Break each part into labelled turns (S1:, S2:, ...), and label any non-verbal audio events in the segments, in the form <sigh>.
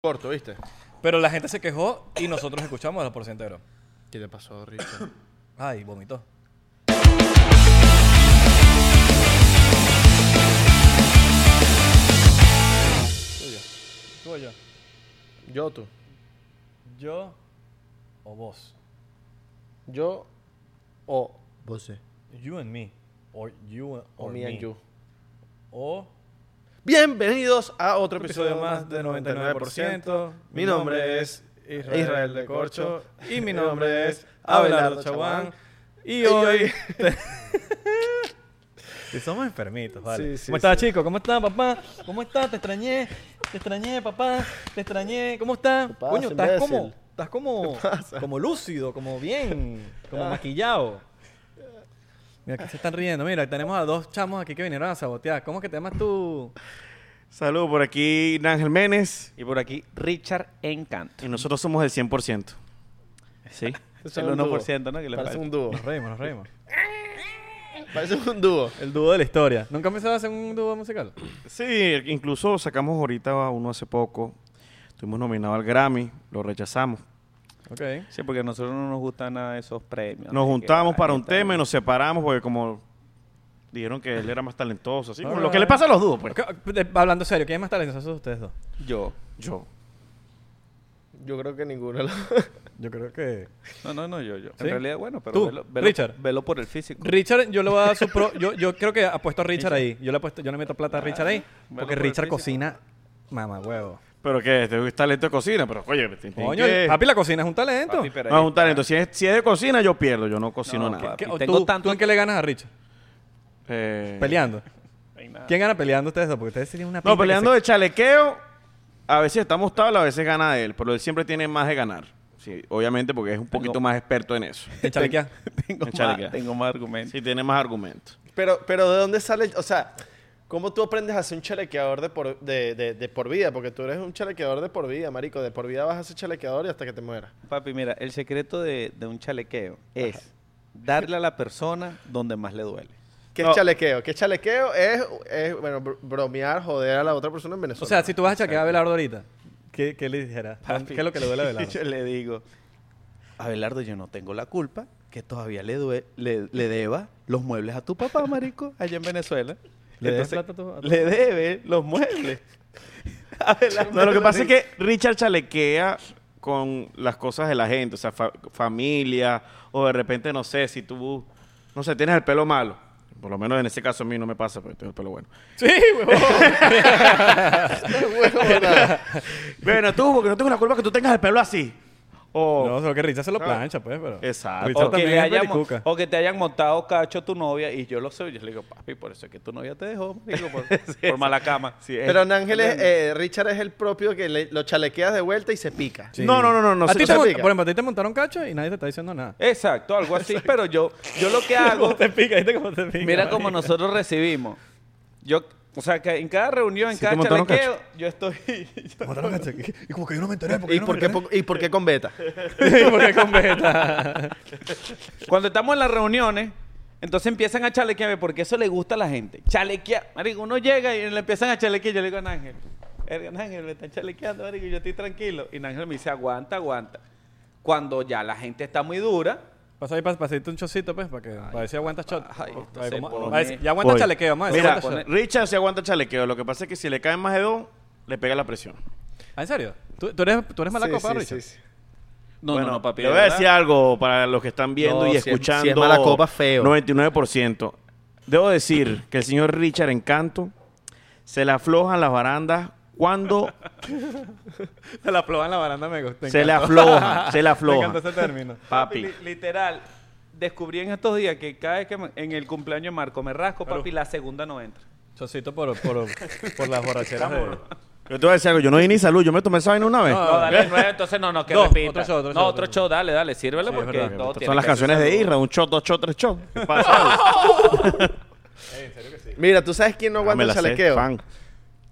S1: corto, ¿viste?
S2: Pero la gente se quejó y nosotros escuchamos a por si entero.
S1: ¿Qué te pasó, Richard?
S2: Ay, vomitó. Tuyo. ¿Tú o yo?
S1: <coughs> Yo o tú.
S2: ¿Yo o vos?
S1: Yo o,
S3: Vos
S4: eh,
S3: sí.
S2: You and me. Or you and,
S1: o
S2: or
S1: me and you.
S2: O
S1: Bienvenidos a otro
S2: otro episodio más de 99%. Mi nombre es Israel de Corcho. Y mi nombre es Abelardo Chaguán. Y hoy... <laughs> Y somos enfermitos,
S1: Sí,
S2: vale.
S1: sí,
S2: ¿Cómo estás,
S1: sí.
S2: chico? ¿Cómo estás, papá? ¿Cómo estás? Te extrañé. Te extrañé, papá. Te extrañé. ¿Cómo estás?
S1: pasa,
S2: Coño, estás
S1: imbécil?
S2: como... Estás como... Como lúcido, como bien. Como <laughs> maquillado. Mira, que se están riendo. Mira, tenemos a dos chamos aquí que vinieron a sabotear. ¿Cómo que te llamas tú?
S5: Saludos por aquí Nángel Menes
S4: Y por aquí, Richard Encanto.
S5: y nosotros somos del 100%.
S4: <laughs>
S5: ¿Sí?
S1: Eso
S4: El
S1: es un dúo.
S4: 1%, ¿no? Que le
S1: Parece
S4: falta.
S1: un dúo.
S2: Nos reímos, nos reímos.
S1: Parece un dúo.
S2: El dúo de la historia. ¿Nunca pensaba hacer un dúo musical?
S5: Sí, incluso sacamos ahorita uno hace poco. Estuvimos nominados al Grammy, lo rechazamos.
S2: Ok.
S4: Sí, porque a nosotros no nos gustan nada de esos premios.
S5: Nos
S4: así que
S5: juntamos
S4: ahí
S5: para un
S4: está.
S5: tema y nos separamos porque como dijeron que él era más talentoso, así como
S4: Ah.
S2: Alright.
S5: lo que le pasa a los dúos, pues.
S2: Ok, de- Hablando serio, ¿quién es más talentoso de ustedes dos?
S4: Yo.
S5: Yo.
S1: Yo creo que ninguno. lo- <laughs>
S2: Yo creo que...
S4: No, no, no, yo, yo.
S2: ¿Sí?
S4: En realidad, bueno, pero
S2: Tú,
S4: velo, velo-
S2: Richard.
S4: velo por el físico.
S2: Richard, yo le voy a dar su pro... Yo, yo creo que apuesto a Richard ahí. Yo le, apuesto, yo le meto plata a Richard ahí.
S4: Bueno,
S2: Porque
S4: por el
S2: Richard
S4: físico.
S2: cocina... Mamá, huevo.
S5: Pero que este es talento de cocina, pero oye, te- te-
S2: Coño,
S5: que-
S2: papi, la cocina es un talento.
S4: Papi, pero
S5: no
S4: ahí
S5: es un
S4: está.
S5: talento. Si es, si es de cocina, yo pierdo, yo no cocino
S4: No,
S5: nada.
S2: ¿Qué-
S4: papi,
S2: o
S4: tengo
S2: tú,
S4: tanto-
S2: ¿Tú en qué le ganas a Richard?
S5: Eh,
S2: Peleando.
S4: Ay, nada.
S2: ¿Quién <laughs> gana peleando ustedes dos? Porque ustedes tienen una pinta
S5: No,
S2: que
S5: peleando
S2: se-
S5: de chalequeo, a veces estamos tabla, a veces gana él, pero él siempre tiene más de ganar. Sí, obviamente porque es un poquito
S4: No.
S5: más experto en eso.
S2: de chalequear.
S4: Tengo
S5: En
S4: más,
S5: chalequea.
S4: tengo más argumentos.
S5: Sí, tiene más argumentos.
S1: Pero, pero ¿de dónde sale? O sea, ¿cómo tú aprendes a ser un chalequeador de por, de, de- de por vida? Porque tú eres un chalequeador de por vida, marico. De por vida vas a ser chalequeador y hasta que te mueras.
S4: Papi, mira, el secreto de, de un chalequeo es darle a la persona donde más le duele.
S1: ¿Qué
S5: No.
S1: es chalequeo? ¿Qué es chalequeo? Es, es, bueno, br- bromear, joder a la otra persona en
S2: O
S1: Venezuela.
S2: sea, si tú vas a chaquear a Belardo ahorita, ¿qué, qué le dijeras? ¿Qué es lo que le
S4: <laughs>
S2: duele a Belardo?
S4: yo le digo, Abelardo, yo no tengo la culpa que todavía le, due- le, le deba los muebles a tu
S2: <laughs>
S4: papá, marico, allá en Venezuela.
S2: ¿Le debes plata
S4: Entonces,
S2: a tu- a tu-
S4: Le debe
S2: <laughs>
S4: los muebles. Abelardo
S5: No, lo que
S4: le
S5: pasa es
S4: dice,
S5: que Richard chalequea con las cosas de la gente, o sea, fa- familia, o de repente, no sé, si tú, no sé, tienes el pelo malo. Por lo menos en ese caso a mí no me pasa, porque tengo el pelo bueno.
S2: Sí, huevón.
S1: Huevo, nada.
S5: Bueno, tú, porque no tengo la culpa que tú tengas el pelo así. O,
S2: No, solo que Richard se lo
S5: ¿Sabes?
S2: plancha, pues, pero.
S5: Exacto.
S2: Richard
S4: O que,
S2: también
S4: le
S2: es
S4: hayan mo-
S2: pelicuca.
S4: o que te hayan montado cacho tu novia y yo lo sé. Yo le digo, papi, por eso es que tu novia te dejó, marico,
S2: <laughs>
S4: por, por mala cama.
S5: Sí, es-
S1: Pero en Ángeles, eh, Richard es el propio que le- lo chalequeas de vuelta y se pica.
S2: Sí.
S5: No, no, no, no, no,
S2: A
S5: se-
S2: ti
S5: no
S2: te
S5: se
S2: mon-
S1: pica.
S2: por ejemplo, a ti te montaron cacho y nadie te está diciendo nada.
S4: Exacto, algo
S2: <laughs>
S4: así, pero yo, yo lo que hago...
S2: te pica, ¿viste cómo te pica? <laughs>
S4: Mira cómo nosotros recibimos. Yo, o sea, que en cada reunión, en
S5: Sí, te
S4: cada
S5: montaron
S4: chalequeo, yo estoy. <laughs> yo-
S2: Montaron cacho. Y como que yo no me enteré.
S1: ¿Y por, qué, po- ¿Y por qué con beta?
S2: <laughs> Porque con beta.
S4: Cuando estamos en las reuniones, entonces empiezan a chalequearme porque eso le gusta a la gente. Chalequear. Marico, uno llega y le empiezan a chalequear. Yo le digo a Ángel, Erga, Ángel, me están chalequeando, marico, y yo estoy tranquilo. Y Ángel me dice, aguanta, aguanta. Cuando ya la gente está muy dura,
S2: Pasa ahí, pas- pasate un chocito, pues, para que. Para ver si aguantas shot.
S4: ay,
S2: Para
S4: esto
S2: ver
S4: se
S2: cómo-
S4: pone-
S2: para ver si- Ya aguanta
S5: Voy.
S2: chalequeo, más.
S5: Mira, Richard se aguanta chalequeo. Lo que pasa es que si le caen más de dos, le pega la presión.
S2: ¿Ah, ¿En serio? ¿Tú, tú eres, tú eres mala
S1: Sí,
S2: copa,
S1: sí,
S2: Richard?
S1: sí, sí.
S4: no,
S5: Bueno,
S4: no, no, papi.
S5: Le
S4: de
S5: voy a
S4: verdad.
S5: decir algo para los que están viendo
S1: No,
S5: y
S1: si es- si es
S5: escuchando.
S1: mala copa, feo.
S5: 99%. Debo decir que el señor Richard Encanto se le aflojan las barandas cuando
S2: Se la afloja en la baranda, me gusta.
S5: se
S2: <laughs>
S5: le afloja. se le
S2: Me
S5: afloja.
S2: encanta ese término.
S5: Papi.
S4: Li- literal, descubrí en estos días que cada vez que me- en el cumpleaños de Marco me rasco, papi, la segunda no entra.
S2: Chocito por, por, por las borracheras de.
S5: Yo te voy a decir algo. Yo no di ni salud. Yo me tomé esa vaina una vez.
S2: No,
S4: No, dale nueve, entonces no, no, que
S2: Dos,
S4: repita.
S2: otro show, otro
S4: no,
S2: show,
S4: otro
S2: otro
S4: show, dale, dale,
S2: Sí,
S4: sírvelo
S2: es
S4: porque
S2: verdad.
S4: todo
S5: Estas
S4: tiene
S5: son las
S4: que ser
S5: canciones de
S4: saludable.
S5: Irra. Un shot, dos shots, tres shots. ¿Qué pasa?
S1: Mira, ¿tú sabes quién no
S5: Ah, me
S1: aguanta el
S5: la sé,
S1: chalequeo?
S5: fan.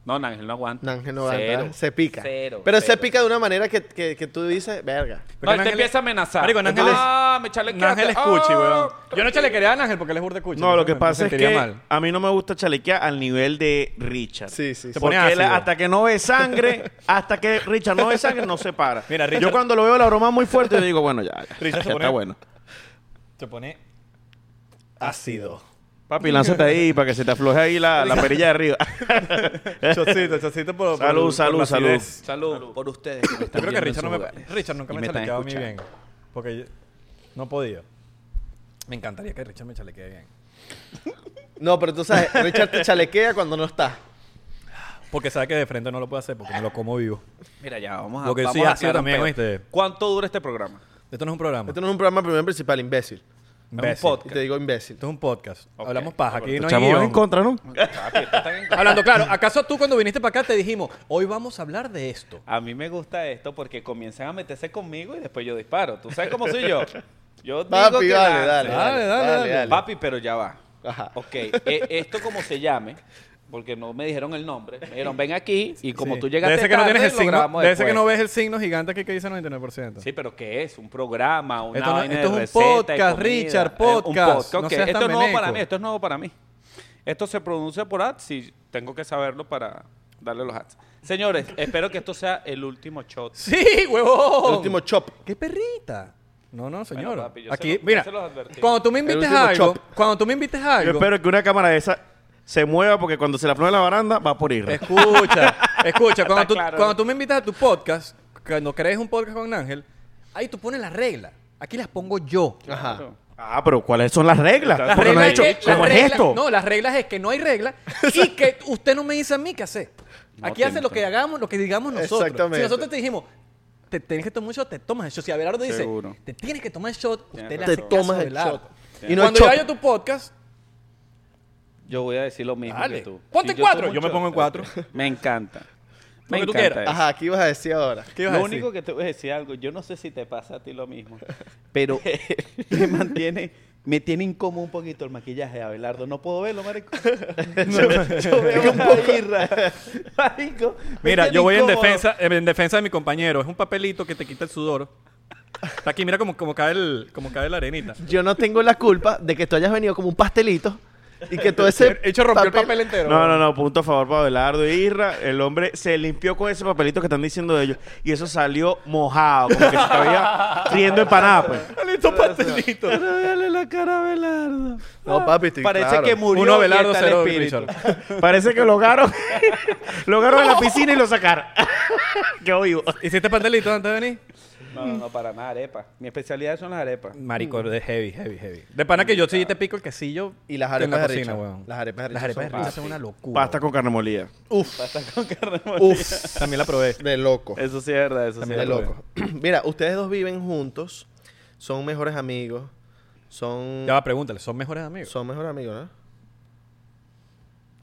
S4: No, Ángel no aguanta.
S1: Ángel no
S4: Cero.
S1: aguanta, se pica.
S4: Cero,
S1: Pero se
S4: cero.
S1: pica de una manera que, que, que tú dices, verga.
S4: No, él
S2: Ángel
S4: te
S2: es-
S4: empieza a amenazar.
S2: Marico, en Ángel es-
S4: Ah, me chalequeaste.
S2: Ángel es cuchi,
S4: Ah,
S2: weón. Yo no
S4: tranquilo.
S2: chalequería a Ángel porque él es burda de cuchi.
S5: No, lo
S2: entonces
S5: que
S2: me-
S5: pasa
S2: me
S5: es
S2: sentiría
S5: que
S2: mal.
S5: a mí no me gusta chalequear al nivel de Richard.
S1: Sí, sí, sí.
S2: pone
S5: Porque él,
S2: ácido.
S5: hasta que no ve sangre, <laughs> hasta que Richard no ve sangre, no se para.
S2: <laughs> Mira, Richard-
S5: Yo cuando lo veo la broma muy fuerte, yo digo, bueno, ya, ya,
S2: <laughs> Richard se
S5: ya
S2: pone-
S5: está bueno.
S2: Se pone...
S1: Ácido.
S5: Papi, lánzate ahí para que se te afloje ahí la, la perilla
S2: <laughs>
S5: de arriba.
S2: Chocito, chocito por...
S5: Salud,
S2: por- por
S5: salud,
S2: la
S5: salud.
S2: acidez.
S4: Salud, por ustedes. <coughs> que me
S2: Yo
S4: están
S2: creo que
S4: viendo en
S2: Richard, no
S4: sus
S2: me,
S4: hogares.
S2: Richard nunca
S4: Y
S2: me,
S4: me
S2: ha
S4: están
S2: chalequeado a mí bien.
S4: escuchando.
S2: Porque yo no podía. Me encantaría que Richard me chalequee bien.
S1: No, pero tú sabes, Richard te chalequea cuando no está.
S2: Porque sabe que de frente no lo puedo hacer porque me lo como vivo.
S4: Mira, ya, vamos a
S2: Porque
S4: vamos
S2: sí,
S4: a
S2: ha sido
S4: quedar
S2: también,
S4: peor.
S2: ¿oíste?
S4: ¿Cuánto dura este programa?
S2: Esto no es un programa.
S1: Esto no es un programa primero principal, imbécil.
S2: Imbécil.
S4: es un podcast.
S1: Y te digo imbécil.
S2: Esto es un podcast.
S4: Ok.
S2: Hablamos paja. Aquí no hay
S5: Chamo,
S2: guión.
S5: en contra, ¿no?
S2: <laughs> Hablando claro, ¿acaso tú cuando viniste para acá te dijimos, hoy vamos a hablar de esto?
S4: A mí me gusta esto porque comienzan a meterse conmigo y después yo disparo. ¿Tú sabes cómo soy yo? Yo digo
S1: Papi,
S4: que
S1: dale,
S4: la-
S1: dale, dale,
S2: Dale, dale,
S1: dale,
S2: dale.
S1: dale.
S4: Papi, pero ya va.
S1: Ajá.
S4: Ok, e- esto como se llame, porque no me dijeron el nombre. Me dijeron, ven aquí y como
S2: Sí.
S4: tú llegaste
S2: Debe ser que no
S4: tarde,
S2: tienes el
S4: lo
S2: signo,
S4: grabamos
S2: debe ser que no
S4: después".
S2: ves el signo gigante aquí que dice 99%.
S4: Sí, pero ¿qué es? ¿Un programa? ¿Una
S2: Esto no-
S4: vaina
S2: esto
S4: de
S2: es un
S4: receta, de
S2: podcast,
S4: comida?
S2: Richard,
S4: Eh, Un
S2: podcast.
S4: podcast,
S2: No
S4: ok.
S2: seas
S4: Esto
S2: tan
S4: es nuevo para
S2: veneco.
S4: mí, esto es nuevo para mí. Esto se pronuncia por ads y tengo que saberlo para darle los ads. Señores, espero que esto sea el último shot.
S2: Sí, huevón.
S1: El último chop.
S2: ¡Qué perrita! No, no, señor.
S4: papi, yo
S2: Aquí,
S4: se lo-
S2: mira,
S4: yo se los advertí.
S2: cuando tú me invites
S1: último
S2: a algo,
S1: chop.
S2: cuando tú me invites a
S5: Yo
S2: algo,
S5: espero que una cámara de esa se mueva porque cuando se la afloje la baranda, va por ir.
S4: <laughs>
S2: escucha, escucha, cuando
S4: Está
S2: tú,
S4: claro.
S2: cuando tú me invitas a tu podcast, cuando crees un podcast con Ángel, ahí tú pones las reglas. Aquí las pongo yo.
S1: Ajá.
S5: Ah, pero ¿cuáles son las reglas?
S4: Las
S5: Porque no
S2: reglas
S5: he hecho,
S2: es que-
S5: ¿cómo
S2: las
S5: es
S2: reglas-
S5: esto?
S2: No, las reglas es que no hay reglas <laughs> y que usted no me dice a mí qué hacer.
S4: No,
S2: Aquí hace lo que hagamos, lo que digamos nosotros.
S1: Exactamente.
S2: Si nosotros te dijimos, te tienes que tomar un shot, te tomas el shot. Si Abelardo dice,
S4: Seguro.
S2: te tienes que tomar el shot, usted le
S4: razón.
S2: hace
S1: Te
S2: caso
S1: tomas
S2: a
S1: el
S2: Abelardo.
S1: shot. Y no es
S2: Cuando yo
S1: chop.
S2: haya tu podcast,
S4: Yo voy a decir lo mismo
S2: Dale.
S4: que tú.
S2: Ponte
S4: Si
S2: en cuatro.
S4: tomo un
S2: Yo me
S4: shot-
S2: pongo en cuatro.
S4: <laughs> Me encanta.
S2: Lo
S4: Me
S2: que tú
S4: encanta
S2: quieras.
S4: eso.
S1: Ajá, ¿qué ibas a decir ahora?
S2: ¿qué ibas a
S4: Lo
S2: decir?
S4: único que te voy a decir algo, yo no sé si te pasa a ti lo mismo, <laughs> pero me mantiene, me tiene incómodo un poquito el maquillaje de Abelardo. No puedo verlo, marico. <laughs> yo, yo veo un poco <laughs> marico. me
S2: Mira,
S4: tiene
S2: yo voy en
S4: incómodo.
S2: defensa, en defensa de mi compañero. Es un papelito que te quita el sudor. Está aquí, mira como, como, cae, el, como cae la arenita.
S1: Yo no tengo la culpa de que tú hayas venido como un pastelito y que todo ese.
S2: De <laughs> hecho, rompió el papel entero.
S5: No, no, no, punto a favor para Abelardo e Irra. El hombre se limpió con ese papelito que están diciendo de ellos y eso salió mojado, como que
S2: <laughs>
S5: se estaba riendo empanada, pues.
S2: Listo, pastelito.
S4: Pero véale la cara a Abelardo.
S1: No, papi, estoy
S4: Parece
S1: claro.
S4: que murió
S2: Uno
S4: y
S2: Abelardo,
S4: está el
S2: cero
S4: espíritu.
S2: Richard.
S5: <laughs> Parece que lo ahogaron, <laughs> lo ahogaron en la piscina y lo sacaron. <laughs> Quedó vivo.
S2: ¿Hiciste pastelito antes de venir?
S4: No, no, no, para nada, arepa. Mi especialidad son las arepas. <laughs>
S2: Marico, de heavy, heavy, heavy. De pana que yo sí te pico el quesillo
S1: Y las
S2: en la
S1: arepas de
S2: cocina,
S1: Richard.
S2: weón.
S1: Las arepas de
S2: Las
S1: Richard
S2: arepas de
S1: son
S2: Richard son una locura.
S5: Pasta con carne molida.
S1: Uf,
S4: Pasta con carne molida.
S1: uf.
S2: <laughs> También la probé.
S1: De loco.
S4: Uh. Eso sí es verdad, eso sí es
S2: También
S1: De
S2: lo
S4: verdad.
S1: loco. <clears throat> Mira, ustedes dos viven juntos, son mejores amigos, son.
S2: Ya va, pregúntale, ¿son mejores amigos?
S1: Son mejores amigos,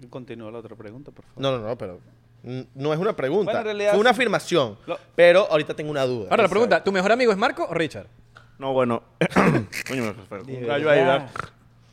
S1: ¿no?
S4: Continúa la otra pregunta, por favor.
S1: No, no, no, pero. n- No es una pregunta.
S4: Bueno, en realidad-
S1: Fue una afirmación.
S4: Lo-
S1: Pero ahorita tengo una duda.
S2: Ahora la pregunta, ¿tu mejor amigo es Marco o Richard?
S5: No, bueno. <coughs> Coño, me enfermo.
S4: De
S5: Un gallo ahí,
S4: verdad,
S5: ¿verdad?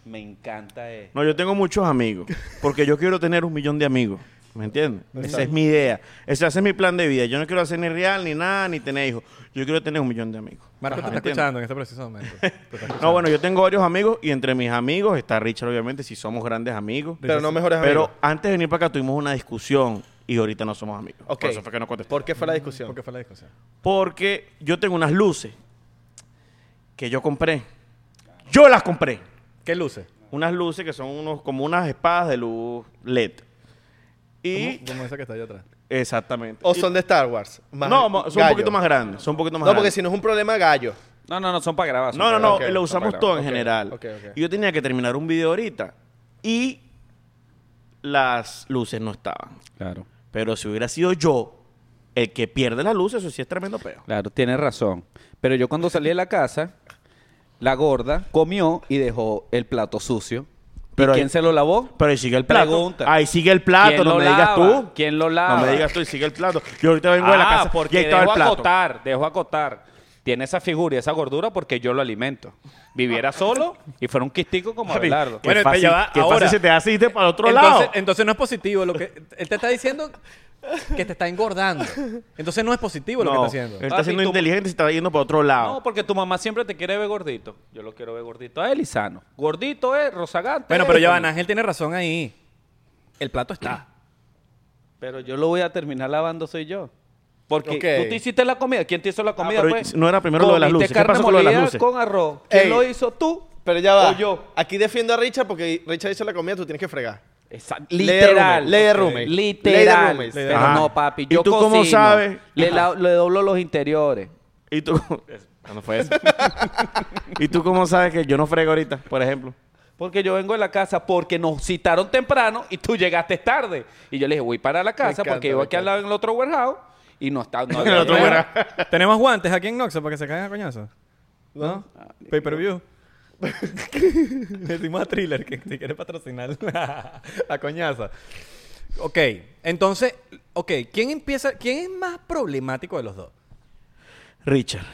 S4: Me encanta eh. esto.
S5: No, yo tengo muchos amigos. Porque yo quiero tener un millón de amigos. ¿Me entiendes? Esa es mi idea. Ese, ese es mi plan de vida. Yo no quiero hacer ni real, ni nada, ni tener hijos. Yo quiero tener un millón de amigos.
S2: Marco
S5: Ajá,
S2: te
S5: ¿me
S2: está escuchando
S5: entiendes?
S2: en este preciso
S5: <laughs>
S2: momento. Te está escuchando.
S5: No, bueno, yo tengo varios amigos y entre mis amigos está Richard, obviamente, si somos grandes amigos.
S1: Pero no mejores
S5: Pero
S1: amigos.
S5: antes de venir para acá tuvimos una discusión y ahorita no somos amigos.
S1: Ok.
S5: Por eso fue que no contesté.
S1: ¿Por qué fue la discusión?
S2: ¿Por qué fue la discusión?
S5: Porque yo tengo unas luces que yo compré. Yo las compré.
S2: ¿Qué luces?
S5: Unas luces que son unos, como unas espadas de luz LED. Y.
S2: ¿Cómo, cómo esa que está allá atrás?
S5: Exactamente.
S1: ¿O
S5: Y-
S1: son de Star Wars? Más-
S5: no, mo- son
S1: gallo.
S5: un poquito más grandes. Son un poquito más
S1: No, porque
S5: grandes.
S1: si no es un problema gallo.
S4: No, no, no, son para grabar. son
S5: No, no,
S4: para
S5: no,
S4: grabar.
S5: lo
S4: Son para
S5: usamos
S4: grabar.
S5: todo en
S1: ok,
S5: general.
S1: ok, ok.
S5: Y yo tenía que terminar un video ahorita y las luces no estaban.
S4: Claro,
S5: Pero si hubiera sido yo el que pierde las luces, eso sí es tremendo peo.
S4: claro, tienes razón. Pero yo cuando salí de la casa, la gorda comió y dejó el plato sucio.
S5: Pero
S4: ¿Y quién
S5: ahí-
S4: se lo lavó?
S5: Pero ahí sigue el plato.
S4: Pregunta.
S5: Ahí sigue el
S4: ¿Quién
S5: plato, no
S4: lo
S5: me
S4: lava?
S5: digas tú.
S4: ¿Quién lo lava?
S5: No me digas tú, y sigue el plato. Yo ahorita vengo de la
S4: Ah,
S5: casa y
S4: porque
S5: ahí estaba
S4: dejó
S5: el plato.
S4: acotar, dejó acotar. tiene esa figura y esa gordura porque yo lo alimento. Viviera solo y fuera un
S5: <laughs>
S4: quistico como Abelardo.
S2: Bueno, te
S5: fácil,
S2: lleva
S5: qué
S2: ahora.
S5: fácil se te hace irte para el otro
S2: entonces,
S5: lado.
S2: entonces no es positivo lo que él te está diciendo que te está engordando. Entonces no es positivo lo
S5: No,
S2: que está haciendo.
S5: Él está
S4: Papi,
S5: siendo
S4: tú-
S5: inteligente y se está yendo para otro lado.
S4: No, porque tu mamá siempre te quiere ver gordito. Yo lo quiero ver gordito a él y sano. Gordito es rozagante.
S2: Bueno, pero
S4: es
S2: ya van,
S4: bonito.
S2: Ángel tiene razón ahí. El plato está.
S4: Pero yo lo voy a terminar lavando soy yo. Porque
S1: Ok.
S4: tú te hiciste la comida. ¿Quién te hizo la comida?
S5: Ah, pero
S4: pues?
S5: no era primero lo de las
S4: Comiste
S5: luces. ¿Qué
S4: carne
S5: pasó con lo de las
S4: molida
S5: luces?
S4: Con arroz. ¿Quién
S1: Ey.
S4: lo hizo? ¿Tú?
S1: Pero ya va.
S4: O yo.
S1: Aquí defiendo a Richard porque Richard dice la comida, tú tienes que fregar.
S4: Esa-
S1: Ley de
S4: literal.
S1: Rummel, ley de Rummel, ley de
S4: Literal.
S1: Rummel.
S4: Pero
S5: Ajá.
S4: no, papi.
S5: Ah. ¿Y
S4: Yo
S5: tú cómo
S4: cocino.
S5: sabes?
S4: Le, la- le doblo los interiores.
S5: ¿Y tú? Ah, no fue <laughs> eso. <laughs> ¿Y tú cómo sabes que yo no frego ahorita, por ejemplo?
S4: Porque yo vengo de la casa porque nos citaron temprano y tú llegaste tarde. Y yo le dije, voy para la casa
S1: encanta,
S4: porque iba
S1: me
S4: aquí al lado en el otro warehouse y no está. No
S5: El otro
S4: había-
S5: warehouse.
S2: <laughs> Tenemos guantes aquí en Noxa para que se caigan a coñazo. ¿No?
S5: Ah,
S2: Pay per view. Le <laughs> decimos a Thriller que te quiere patrocinar <laughs> la, la coñaza. Ok, entonces, ok, ¿quién empieza? ¿Quién es más problemático de los dos?
S5: Richard.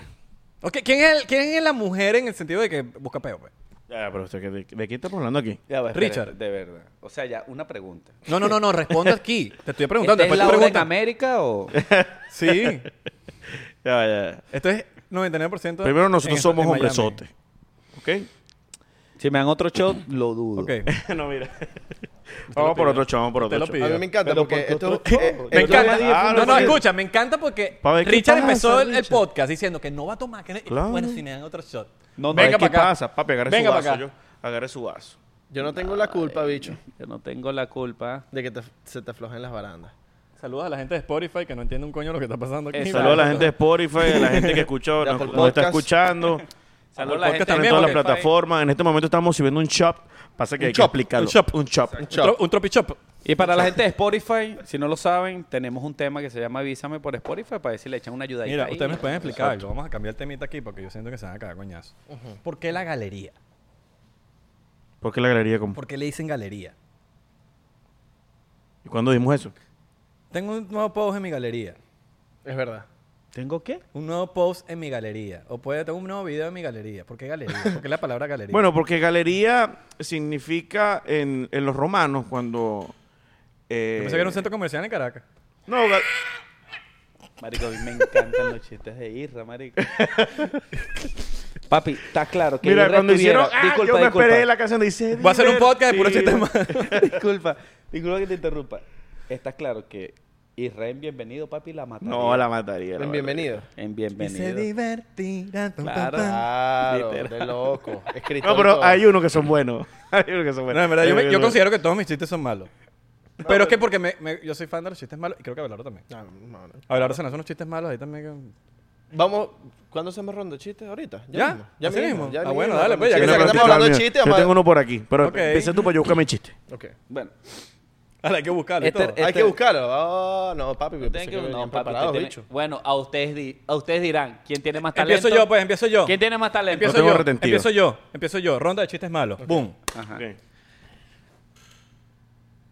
S2: Ok, ¿quién es, el- quién es la mujer en el sentido de que busca peo? pues?
S5: Ya, pero usted, ¿de, de qué estamos hablando aquí?
S4: Ya va, espera,
S2: Richard.
S4: De verdad. O sea, ya, una pregunta.
S2: No, no, no, no, responde aquí. Te estoy preguntando.
S4: ¿Esta
S2: Después
S4: es la
S2: tú
S4: hora en
S2: preguntas.
S4: América o...?
S2: Sí,
S5: Ya, va, ya, va.
S2: esto es 99%.
S5: Primero,
S2: en
S5: nosotros
S2: esto- en
S5: somos
S2: Miami.
S5: hombresotes. ¿Ok?
S2: <laughs>
S4: Si me dan otro shot, lo dudo.
S2: Ok.
S5: no, mira. <laughs> vamos por otro show, vamos por
S2: Usted lo
S5: otro show.
S2: pidió.
S1: A mí me encanta
S4: Pero
S1: porque
S4: porque
S1: esto... eh,
S4: otro- Me
S1: eh,
S2: Me
S1: esto-
S2: encanta.
S5: Ah,
S2: no,
S5: no,
S2: no,
S5: sí.
S2: escucha, me encanta porque
S5: Pa' ver qué
S2: Richard
S5: pasa,
S2: empezó el, el
S5: Richard.
S2: podcast diciendo que no va a tomar. Que...
S5: Claro.
S2: Bueno, si me dan otro shot.
S4: No, no,
S5: Venga,
S4: es que
S5: ¿qué
S2: pa' acá.
S5: pasa? Papi, agarre
S2: Venga
S5: su
S2: pa'
S5: vaso.
S2: acá.
S5: Yo agarré su vaso.
S1: Yo no tengo la culpa, bicho,
S4: Yo no tengo la culpa.
S1: de que te- se te aflojen las barandas.
S2: Saludos a la gente de Spotify que no entiende un coño lo que está pasando aquí.
S4: Eh,
S5: Saludos a la gente de Spotify, a la gente que escuchó,
S1: De
S5: nos,
S1: Apple
S5: nos está
S1: Podcast.
S5: escuchando. <laughs>
S4: Saludos
S5: Apple
S4: a la gente
S5: Podcast, en
S2: también,
S5: todas las
S2: porque-
S5: plataformas. En este momento estamos subiendo un shop. Pasa que
S1: Un
S5: hay
S1: shop,
S5: que explicarlo.
S2: un shop.
S5: Un shop.
S2: Un, tro- un tropi chop.
S4: Y para la gente de Spotify, si no lo saben, tenemos un tema que se llama Avísame por Spotify para decirle echan una ayudadita.
S2: Mira,
S4: ahí.
S2: ustedes me pueden explicar algo. Vamos a cambiar el temita aquí porque yo siento que se van a cagar coñazo. ¿Por qué la galería?
S5: ¿Por qué la galería? con-
S2: ¿Por qué le dicen galería?
S5: ¿Y cuándo dimos eso?
S2: Tengo un nuevo post en mi galería.
S1: Es verdad.
S4: ¿Tengo qué?
S2: Un nuevo post en mi galería. O puede tengo un nuevo video en mi galería. ¿Por qué galería? ¿Por qué la palabra galería?
S5: Bueno, porque galería significa en, en los romanos cuando. eh,
S2: yo pensé que era un centro comercial en
S5: <laughs>
S2: Caracas.
S5: No, ga-
S4: Marico, a mí me encantan los chistes de
S5: <laughs>
S4: Irra, marico. Papi, está claro que
S5: mira,
S4: Irra
S5: cuando
S4: estuviera-
S5: hicieron. ¡Ah!
S4: disculpa,
S5: yo me
S4: disculpa,
S5: esperé la canción. Dice.
S2: Voy a hacer un podcast de puro chiste
S5: divertido.
S2: más.
S5: <laughs>
S4: <laughs> disculpa, disculpa que te interrumpa. Está claro que Irra en Bienvenido, papi, la mataría.
S5: No, la mataría. la
S1: En
S5: mataría.
S1: bienvenido.
S4: En Bienvenido.
S2: divertirá.
S4: pam, Claro. pam.
S2: Ah,
S1: Claro,
S4: Literal.
S1: de loco. Escrito.
S5: No, pero hay unos que son buenos. <laughs> Hay unos que son buenos.
S2: No, en verdad, yo, me-
S5: Hay
S2: yo
S5: unos-
S2: considero que todos mis chistes son malos. Pero es que porque me- me- yo soy fan de los chistes malos y creo que Abelardo también.
S1: Ah,
S2: Abelardo se lanzó unos chistes malos ahí también. que- <laughs>
S1: Vamos, ¿cuándo hacemos ronda de chistes? Ahorita.
S2: ¿Ya? ¿Así mismo? Ah, bueno, dale, pues, ya
S1: ya
S2: que
S1: que
S5: Yo no, pero
S1: estamos
S5: yo
S1: hablando de
S5: tengo-
S1: chistes,
S5: Yo
S1: vamos a-
S5: tengo uno por aquí. Pero
S2: Ok.
S5: empieza tú para yo buscarme el chiste.
S1: Ok.
S4: Bueno,
S2: Ahora hay que buscarlo. y
S4: Este-
S2: todo.
S4: eh,
S1: Hay que buscarlo. Ah, no, papi, yo pensé
S4: tienen
S1: que
S4: que- no,
S1: venían
S4: papi,
S1: preparados,
S4: ustedes
S1: bicho.
S4: tienen- bueno, a ustedes, di- a ustedes dirán quién tiene más talento.
S2: empiezo yo, pues, empiezo yo.
S4: ¿Quién tiene más talento?
S2: Empiezo
S5: No tengo
S2: yo,
S5: retentivo.
S2: empiezo yo, empiezo yo. Ronda de chistes malos. Boom.
S4: Ajá.
S5: Ok.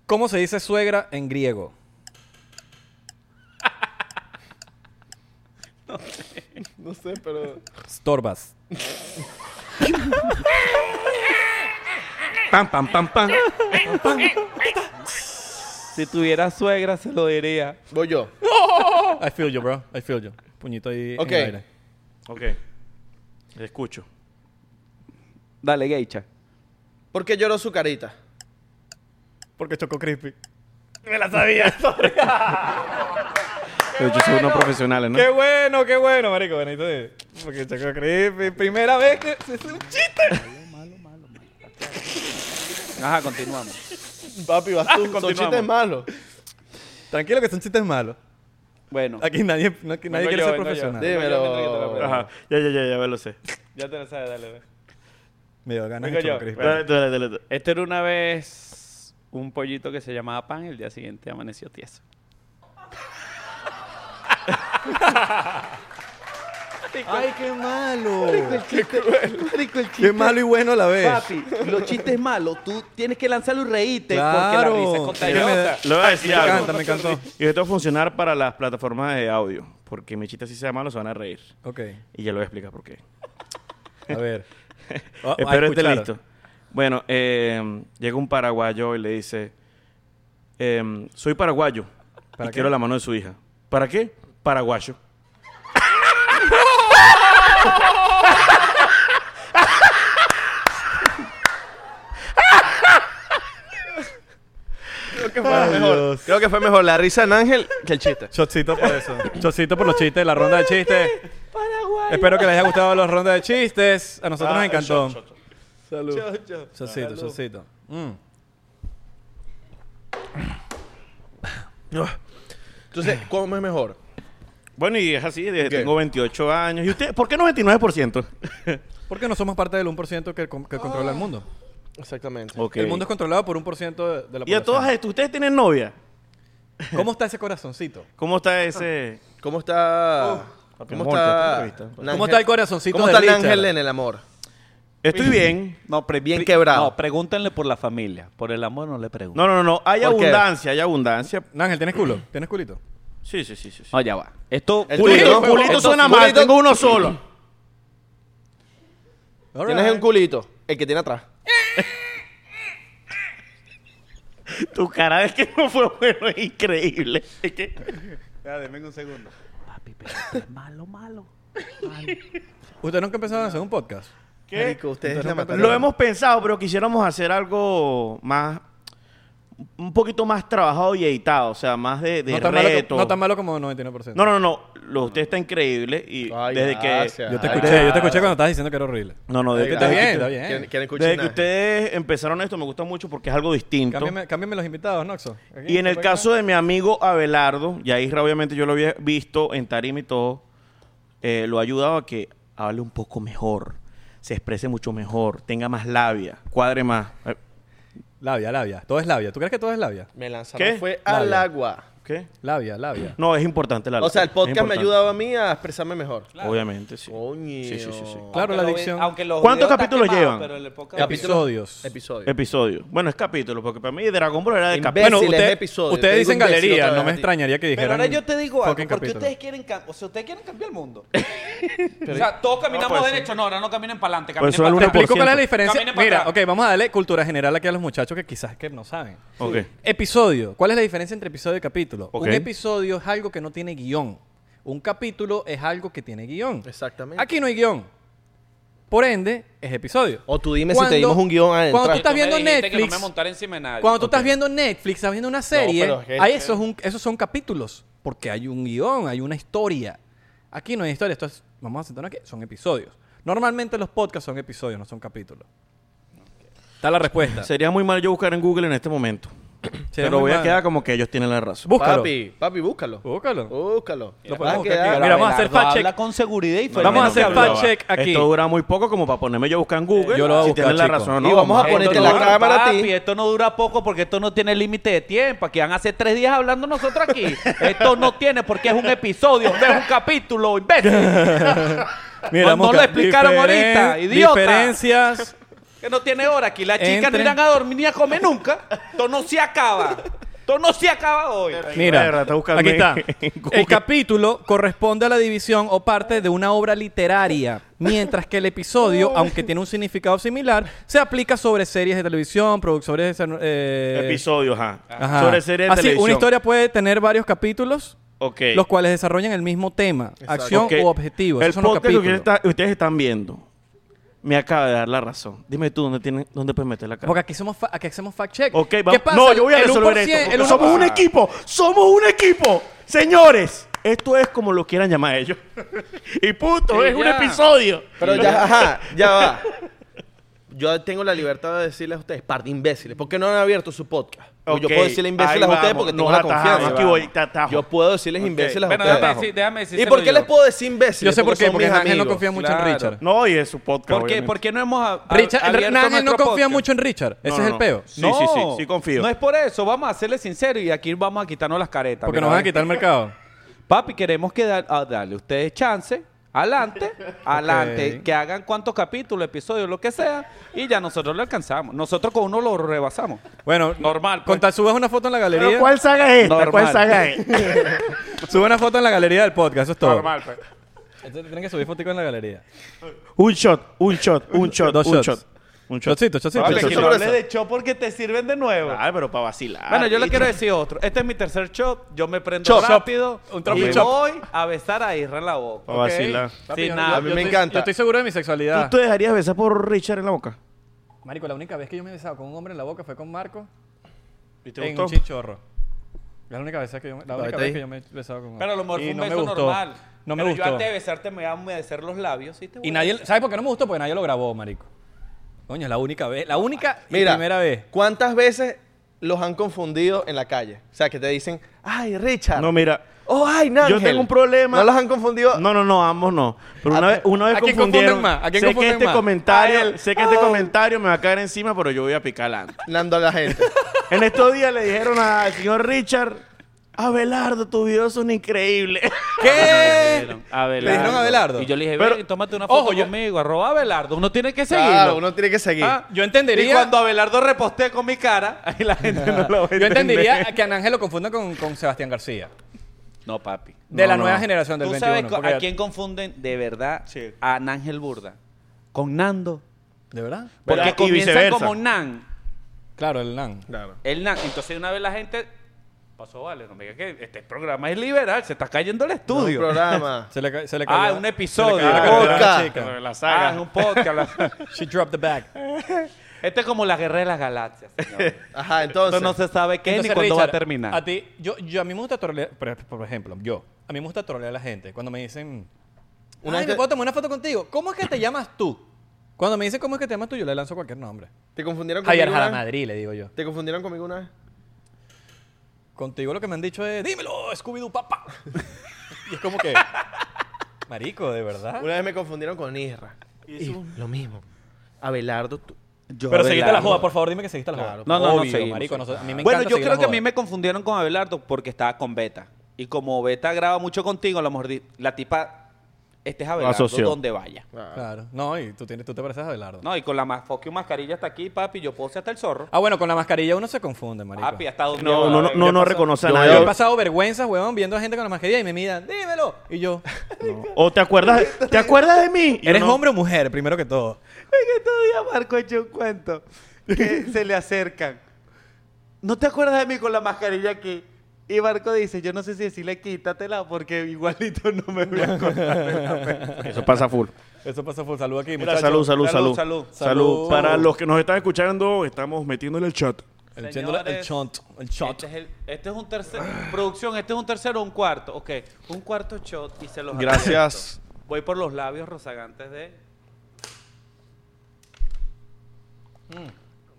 S2: ¿Cómo se dice suegra en griego? <laughs>
S1: No sé, pero.
S2: Storbas.
S5: Pam, pam, pam, pam.
S4: Si tuviera suegra, se lo diría.
S1: Voy yo.
S2: I feel you, bro. I feel you. Puñito ahí
S1: Ok.
S2: en el aire.
S5: Ok. Escucho.
S4: Dale, Geisha.
S1: ¿Por qué lloró su carita?
S2: Porque chocó crispy.
S5: Pero yo soy unos profesionales, ¿no?
S2: Qué bueno, qué bueno, marico. Bueno, entonces, porque chocó crispy. Primera vez que se hace un chiste.
S4: Ajá, continuamos.
S1: Papi, vas tú. Son
S5: continuamos.
S1: chistes malos.
S2: Tranquilo que son chistes malos.
S4: Bueno,
S2: Aquí nadie, no- aquí nadie quiere
S4: Vengo yo,
S2: ser
S4: vengo yo.
S2: profesional.
S4: Sí.
S1: Dímelo.
S5: Ajá. Ya, ya, ya, ya me lo sé.
S4: ya te lo sabes, dale. dale.
S2: Me dio ganas de
S4: Vengo yo.
S2: Choco Crispy.
S5: Dale, dale, dale, dale.
S4: Este era una vez un pollito que se llamaba Pan, el día siguiente amaneció tieso.
S2: Ay, qué malo.
S1: Qué cruel. Rico el
S2: Qué malo y bueno a la vez.
S4: los chistes malos, tú tienes que lanzarlo y reírte
S2: Claro.
S4: porque la risa es
S2: Yo me-
S4: contagiosa.
S5: Le voy a decir
S2: Me encanta,
S5: algo.
S2: me encantó.
S5: Y esto va a funcionar para las plataformas de audio. porque mi chiste así sea malo, se van a reír.
S2: Ok.
S5: Y ya lo voy a explicar por qué.
S2: A ver. Oh, ah,
S5: Espero esté
S2: escucharon.
S5: listo. Bueno, eh, llega un paraguayo y le dice, em, soy paraguayo
S2: ¿Para
S5: y
S2: qué?
S5: quiero la mano de su hija. ¿Para qué? Paraguayo.
S1: Creo que fue mejor. Creo que fue mejor la risa de Ángel que el chiste.
S2: Chocito por eso. Chocito por los chistes, la ronda de chistes.
S4: Paraguay.
S2: Espero que les haya gustado la ronda de chistes. A nosotros
S1: Ah,
S2: nos encantó.
S1: shot, Salud.
S2: Chocito, chocito. Mm.
S1: Entonces, ¿cómo es mejor?
S5: Bueno, y es así, desde tengo 28 años. ¿Y usted? ¿Por qué no 29%?
S2: ¿Por qué no somos parte del 1% que, con- que controla el mundo?
S1: Exactamente.
S5: Ok.
S2: El mundo es controlado por 1% de, de la población.
S5: Y a todas estas, ¿ustedes tienen novia?
S2: ¿Cómo está ese corazoncito?
S5: ¿Cómo está ese...?
S1: ¿Cómo está?
S5: papi,
S1: ¿Cómo
S5: amor,
S1: está?
S5: ya te entrevisté.
S2: ¿Cómo está el corazoncito
S1: ¿Cómo
S2: de
S1: está el
S2: Richard?
S1: Ángel en el amor?
S5: Estoy bien.
S4: No, pre-
S1: Bien
S4: pre-
S1: quebrado.
S4: No, pregúntenle por la familia. Por el amor no le pregunten.
S5: No, no, no, no. Hay
S1: ¿Por qué?
S5: abundancia, hay abundancia.
S2: Ángel, ¿tienes culo? ¿Tienes culito?
S5: Sí, sí, sí, sí. sí.
S4: No, ya va. Esto.
S1: El
S5: Culito,
S1: tuyo,
S5: culito
S1: Entonces,
S5: suena mal,
S1: culito-
S5: tengo uno solo.
S1: <clears throat>
S2: All
S1: Tienes
S2: right.
S1: un culito, el que tiene atrás.
S5: Tu cara es que no fue bueno, es increíble. Es que...
S4: un segundo. Papi, pero esto es malo, malo.
S2: ¿Ustedes nunca empezaron a hacer un podcast?
S5: ¿Qué?
S1: Marico, ustedes
S2: Entonces,
S1: la
S2: no
S1: mataron.
S5: Lo hemos pensado, pero quisiéramos hacer algo más... Un poquito más trabajado y editado. O sea, más de, de
S2: no, tan malo,
S5: reto.
S2: co- no tan malo como 99%.
S5: No, no, no, no. Lo de usted está increíble y
S1: Ay,
S5: desde
S1: gracias.
S5: que...
S2: Yo te
S1: Ay,
S2: escuché, yo te escuché
S1: gracias.
S2: cuando estabas diciendo que era horrible.
S5: No, no, desde
S1: Ay,
S5: que...
S2: Está
S1: gracias.
S2: bien, está bien.
S1: ¿Quieren, quieren escuchar
S5: Desde que
S1: nada?
S5: ustedes empezaron esto me gusta mucho porque es algo distinto.
S2: Cámbiame, cámbiame los invitados, Noxo. Aquí,
S5: Y en el
S2: por
S5: caso de mi amigo Abelardo, y ahí obviamente yo lo había visto en tarima y todo, eh, lo ha ayudado a que hable un poco mejor, se exprese mucho mejor, tenga más labia, cuadre más. Eh,
S2: acá. Labia, labia. Todo es labia. ¿Tú crees que todo es labia?
S1: Me lanzaron
S5: ¿Qué?
S1: fue al
S2: Labia.
S1: agua.
S5: ¿Qué?
S2: Labia, labia.
S5: No, es importante la labia.
S1: O sea, el
S5: es
S1: podcast me ha
S5: importante.
S1: ayudado a mí a expresarme mejor.
S5: Obviamente, sí.
S1: Coño.
S5: Sí, sí, sí, sí.
S2: Claro, la adicción.
S5: ¿Cuántos capítulos llevan?
S2: Episodios.
S1: Episodios.
S5: Episodio. Bueno, es capítulo, porque para mí Dragon Ball era de
S1: Imbécil.
S5: capítulo.
S2: Bueno,
S1: Imbéciles,
S2: usted-
S1: episodio.
S2: ustedes
S1: Te digo
S2: dicen
S1: imbécil
S2: galería.
S1: otra vez
S2: No me
S1: a ti.
S2: extrañaría que
S4: Pero
S2: dijeran...
S4: ahora yo te digo algo.
S2: fucking
S4: Porque
S2: capítulo.
S4: ustedes quieren cambiar. O sea, ustedes quieren cambiar el mundo. o sea, todos caminamos
S5: pues,
S4: derecho. No, ahora no caminen para adelante.
S5: Pues
S4: Caminen
S5: solo
S2: Te
S4: para
S5: uno
S4: atrás.
S2: explico cuál es la diferencia.
S4: Camina para
S2: Mira, ok,
S4: atrás.
S2: vamos a darle cultura general aquí a los muchachos que quizás que no saben.
S5: Ok.
S2: Episodio. ¿Cuál es la diferencia entre episodio y capítulo?
S5: Ok.
S2: Un episodio es algo que no tiene guión. Un capítulo es algo que tiene guión.
S1: Exactamente.
S2: Aquí no hay guión. Por ende, es episodio.
S1: O tú dime si te dimos un guión adentro.
S2: Cuando tú
S1: Y
S2: estás
S4: tú me
S2: viendo
S4: dijiste que no
S2: Netflix,
S4: me montara encima de nadie.
S2: cuando tú estás
S4: Ok.
S2: viendo Netflix, estás viendo una serie,
S1: pero es que-
S2: ahí esos, un- esos son capítulos, porque hay un guión, hay una historia. Aquí no hay historia, esto es- vamos a sentarnos aquí, son episodios. Normalmente los podcasts son episodios, no son capítulos. Está la respuesta.
S5: Sería muy mal yo buscar en Google en este momento. Pero
S2: muy
S5: voy a
S2: mal.
S5: quedar como que ellos tienen la razón.
S2: Búscalo.
S1: Papi, papi, búscalo.
S2: Búscalo.
S1: Búscalo. Vas a
S2: Lo podemos buscar
S1: quedar-
S2: aquí. Mira, vamos a hacer
S4: Abelardo
S2: fact
S4: habla
S2: check.
S4: con seguridad y fue el
S2: Vamos a
S4: menos que
S2: hacer
S4: hablaba.
S2: fact check aquí.
S5: Esto dura muy poco como para ponerme yo a buscar en Google.
S2: Yo lo voy a
S5: si
S2: buscar,
S5: tienen la
S2: chico.
S5: razón o no.
S1: Y vamos a
S5: Vamos
S1: ponerte
S4: Esto
S1: la
S4: no-
S1: cámara a ti.
S4: papi, Esto no dura poco porque esto no tiene límite de tiempo. Aquí van a ser tres días hablando nosotros aquí.
S2: <laughs>
S4: esto no tiene porque es un episodio, no es un capítulo, imbécil.
S2: Mira, vamos
S4: No- no
S2: a
S4: lo
S2: buscar.
S4: explicaron ahorita, idiota.
S2: Diferencias.
S4: Que no tiene hora aquí. Las chicas no
S2: Entren.
S4: irán a dormir ni a comer nunca. Esto no se acaba. Esto no se acaba hoy.
S5: Verga,
S2: Mira,
S5: está buscando
S2: aquí
S5: en-
S2: está.
S5: <laughs> en Google.
S2: El capítulo corresponde a la división o parte de una obra literaria, mientras que el
S5: Oh.
S2: episodio, aunque tiene un significado similar, se aplica sobre series de televisión, productores de... eh,
S5: Episodios, ajá.
S2: ajá.
S5: Sobre series de
S2: Así,
S5: televisión.
S2: una historia puede tener varios capítulos,
S5: Ok.
S2: los cuales desarrollan el mismo tema, acción
S5: Ok.
S2: u objetivo.
S5: El
S2: Esos son los
S5: podcast que ustedes,
S2: capítulos.
S5: está- ustedes están viendo me acaba de dar la razón. Dime tú dónde, tienen, dónde puedes meter la cara.
S2: Porque aquí, somos fa- aquí hacemos fact-check.
S5: Ok,
S2: ¿Qué
S5: vamos.
S2: pasa?
S5: No, yo voy a
S2: El
S5: resolver
S2: 1%,
S5: esto.
S2: el
S5: porque
S2: 1%.
S5: Somos un equipo. Somos un equipo. Señores, esto es como lo quieran llamar ellos. <laughs> y puto,
S4: Sí,
S5: es un
S4: ya.
S5: episodio.
S1: Pero ya, ajá, ya va. Yo tengo la libertad de decirles a ustedes, par de imbéciles, ¿por qué no han abierto su podcast? Pues
S5: Ok,
S1: Yo puedo decirles
S5: ahí
S1: imbéciles a ustedes
S5: vamos,
S1: porque
S5: nos
S1: tengo la
S5: atajamos,
S1: confianza.
S5: aquí voy, te atajo.
S1: Yo puedo decirles imbéciles
S4: Bueno,
S1: a ustedes.
S4: déjame decir- déjame
S1: ¿Y
S4: decírselo
S1: por qué
S4: yo.
S1: les puedo decir imbéciles?
S2: Yo sé por qué,
S1: son
S2: porque
S1: mis
S2: Ángel no
S1: amigos.
S2: confía mucho
S4: Claro.
S2: en Richard.
S5: No, y es su podcast.
S4: ¿Por qué?
S5: obviamente.
S4: ¿Por qué no hemos a- a-
S2: Richard, el-
S4: abierto
S2: Ángel no
S4: nuestro
S2: confía
S4: podcast?
S2: mucho en Richard. Ese
S5: No,
S2: es el
S5: no.
S2: peo.
S5: Sí, sí, sí, sí confío.
S4: No es por eso, vamos a serle sincero y aquí vamos a quitarnos las caretas.
S2: Porque nos
S4: Mira,
S2: van a
S4: ven.
S2: quitar el mercado.
S4: Papi, queremos que da- a darle a ah, ustedes chance
S2: <laughs>
S4: Adelante, adelante, que hagan cuantos capítulos, episodios, lo que sea, y ya nosotros lo alcanzamos. Nosotros con uno lo rebasamos.
S2: Bueno,
S4: Normal, pues.
S2: Con tal subas una foto en la galería.
S3: Pero ¿cuál saga es esta?
S4: Normal.
S3: ¿Cuál saga es?
S2: Sube una foto en la galería del podcast, eso es todo.
S3: Normal, pues.
S2: Entonces tienen que subir fotico en la galería.
S5: Un shot, un shot, un shot,
S2: Dos
S5: un
S2: shots.
S5: shot. Un shot.
S2: Chocito, chocito.
S1: Vale,
S4: Vale,
S1: eso
S4: que no
S1: sobre
S4: hables
S1: eso.
S4: de show porque te sirven de nuevo.
S5: Ah, pero para vacilar.
S4: Bueno, yo le
S5: bicho.
S4: quiero decir otro. Este es mi tercer shop. Yo me prendo
S2: Chop.
S4: rápido
S2: Un tropi
S4: y
S2: chop. Oh.
S4: voy a besar a Isra en la boca.
S5: Para vacilar.
S4: Sin nada.
S1: A mí me encanta.
S2: Yo estoy seguro de mi sexualidad.
S5: ¿Tú te dejarías besar por Richard en la boca?
S2: Marico, la única vez que yo me he besado con un hombre en la boca fue con Marco
S5: ¿Y te
S2: en un
S5: gustó?
S2: chichorro. Es la única vez que yo me, la única
S1: está
S2: vez
S1: ahí.
S2: que yo me he besado con un hombre.
S4: Pero a lo mejor
S2: Y
S4: fue un
S2: no me
S4: beso
S2: gustó.
S4: normal.
S2: No me
S4: Pero
S2: gustó.
S4: yo antes de besarte me voy a humedecer los labios. ¿sí te voy
S2: Y
S4: a-
S2: nadie, ¿sabes por qué no me gustó? Porque nadie lo grabó, marico. Coño, es la única vez, la única y
S1: Mira,
S2: primera vez.
S1: ¿cuántas veces los han confundido en la calle? O sea, que te dicen, ay, Richard.
S5: No, mira.
S1: Oh, ay, Nángel.
S5: Yo tengo un problema.
S1: ¿No los han confundido?
S5: No, no, no, ambos no. Pero una
S1: ¿A-
S5: vez, una vez
S2: Ah, a quién
S5: confundieron.
S2: confunden más? ¿A quién
S5: sé que
S2: confunden
S5: este
S2: más?
S5: comentario,
S2: A él.
S5: sé que este comentario me va a caer encima, pero yo voy a picar antes.
S1: Nando a la <laughs> gente.
S5: En estos días le dijeron al señor Richard, Abelardo, tus videos son <laughs> increíbles.
S2: ¿Qué?
S4: Abelardo.
S2: Le dijeron a Abelardo.
S4: Y yo le dije,
S5: Pero-
S4: ven, tómate una foto
S2: Ojo, yo-
S4: conmigo, arroba Abelardo. Uno tiene que seguirlo.
S1: claro, uno tiene que seguir.
S4: Ah,
S2: Yo entendería.
S4: Y cuando Abelardo reposté con mi cara, <laughs> ahí la gente no lo ve.
S2: Yo entendería que Anángel lo confunda con, con Sebastián García.
S4: No, papi.
S2: De
S5: No,
S2: la
S5: no.
S2: nueva generación del
S4: ¿Tú
S2: 21.
S4: sabes co-
S2: porque-
S4: a quién confunden de verdad?
S5: Sí.
S4: A Nángel Burda. Con Nando.
S2: ¿De verdad?
S4: Porque
S5: ¿Verdad? Y
S4: comienzan
S5: viceversa.
S4: como Nan.
S2: Claro, el Nan.
S1: Claro.
S4: El Nan. Entonces una vez la gente... Pasó, vale, no me digas que este programa es liberal, se está cayendo el estudio. <laughs>
S1: Un <laughs> programa.
S2: Se le, ca- se le
S4: Ah,
S2: cayó-
S4: un episodio.
S2: se le cayó
S1: Ah,
S2: la cartera a la
S1: boca.
S2: chica.
S5: La
S4: Ah, es un
S2: <laughs>
S4: podcast. la-
S2: She dropped the bag.
S4: Este es como la guerra de las galaxias,
S2: <laughs>
S4: señor.
S1: Ajá,
S4: Esto
S1: entonces.
S4: no se sabe qué
S2: Entonces,
S4: ni cuándo va a
S2: Richard,
S4: terminar.
S2: A ti, yo, yo a mí me gusta trolear, por, por ejemplo, yo, a mí me gusta trolear a la gente. Cuando me dicen,
S1: Una
S2: ay,
S1: vez
S2: ¿me
S1: que-
S2: puedo tomar una foto contigo? ¿Cómo es que te llamas tú? Cuando me dicen cómo es que te llamas tú, yo le lanzo cualquier nombre.
S1: ¿Te confundieron conmigo
S2: Javier
S1: una vez?
S4: "Ah".
S2: Madrid, le digo yo.
S1: ¿Te confundieron conmigo una vez?
S2: Contigo lo que me han dicho es, dímelo, Scooby-Doo, papá. <laughs> y es como que, marico, de verdad.
S1: Una vez me confundieron con Isra. Y lo mismo. Abelardo, tú-
S2: Pero seguiste la joda, por favor, dime que seguiste la joda.
S1: Claro.
S4: No, no, no,
S2: Obvio,
S4: seguimos,
S2: marico,
S4: seguimos.
S2: no sé, a mí me
S4: Bueno,
S2: encanta
S4: yo
S2: seguir
S4: creo
S2: la
S4: que a
S2: joda.
S4: mí me confundieron con Abelardo porque estaba con Beta. Y como Beta graba mucho contigo, a lo mejor di- la tipa, este es Abelardo,
S5: asoció.
S4: donde vaya.
S1: Ah.
S2: Claro. No, y tú, tienes, tú te pareces a Abelardo.
S4: No, y con la más fucking mascarilla hasta aquí, papi, yo puedo ser hasta el zorro.
S2: Ah, bueno, con la mascarilla uno se confunde, marico.
S4: Papi, hasta donde
S5: No,
S4: vaya.
S5: no, no, no, no reconoce a
S1: Yo
S5: nadie.
S2: Yo he pasado vergüenza, huevón, viendo a gente con la mascarilla y me miran, dímelo. Y yo,
S5: ¿O te acuerdas, te acuerdas de mí? Yo
S2: ¿eres
S5: no.
S2: hombre o mujer, primero que todo?
S4: En estos días Marco echó un cuento. Que se le acercan. ¿No te acuerdas de mí con la mascarilla aquí? Y Marco dice, yo no sé si decirle quítatela porque igualito no me voy a
S5: Eso pasa full.
S2: Eso pasó por salud aquí,
S5: Mira,
S2: muchachos.
S5: salud, salud,
S4: Salud,
S5: salud,
S4: salud.
S2: Salud.
S5: Para los que nos están escuchando, estamos metiéndole el chat.
S2: El, chéndola- el chont, el chont.
S4: Este es, el- este es un tercer, producción, este es un tercero o un cuarto. Ok, un cuarto shot y se los
S1: Gracias.
S4: advierto. Voy por los labios rozagantes de...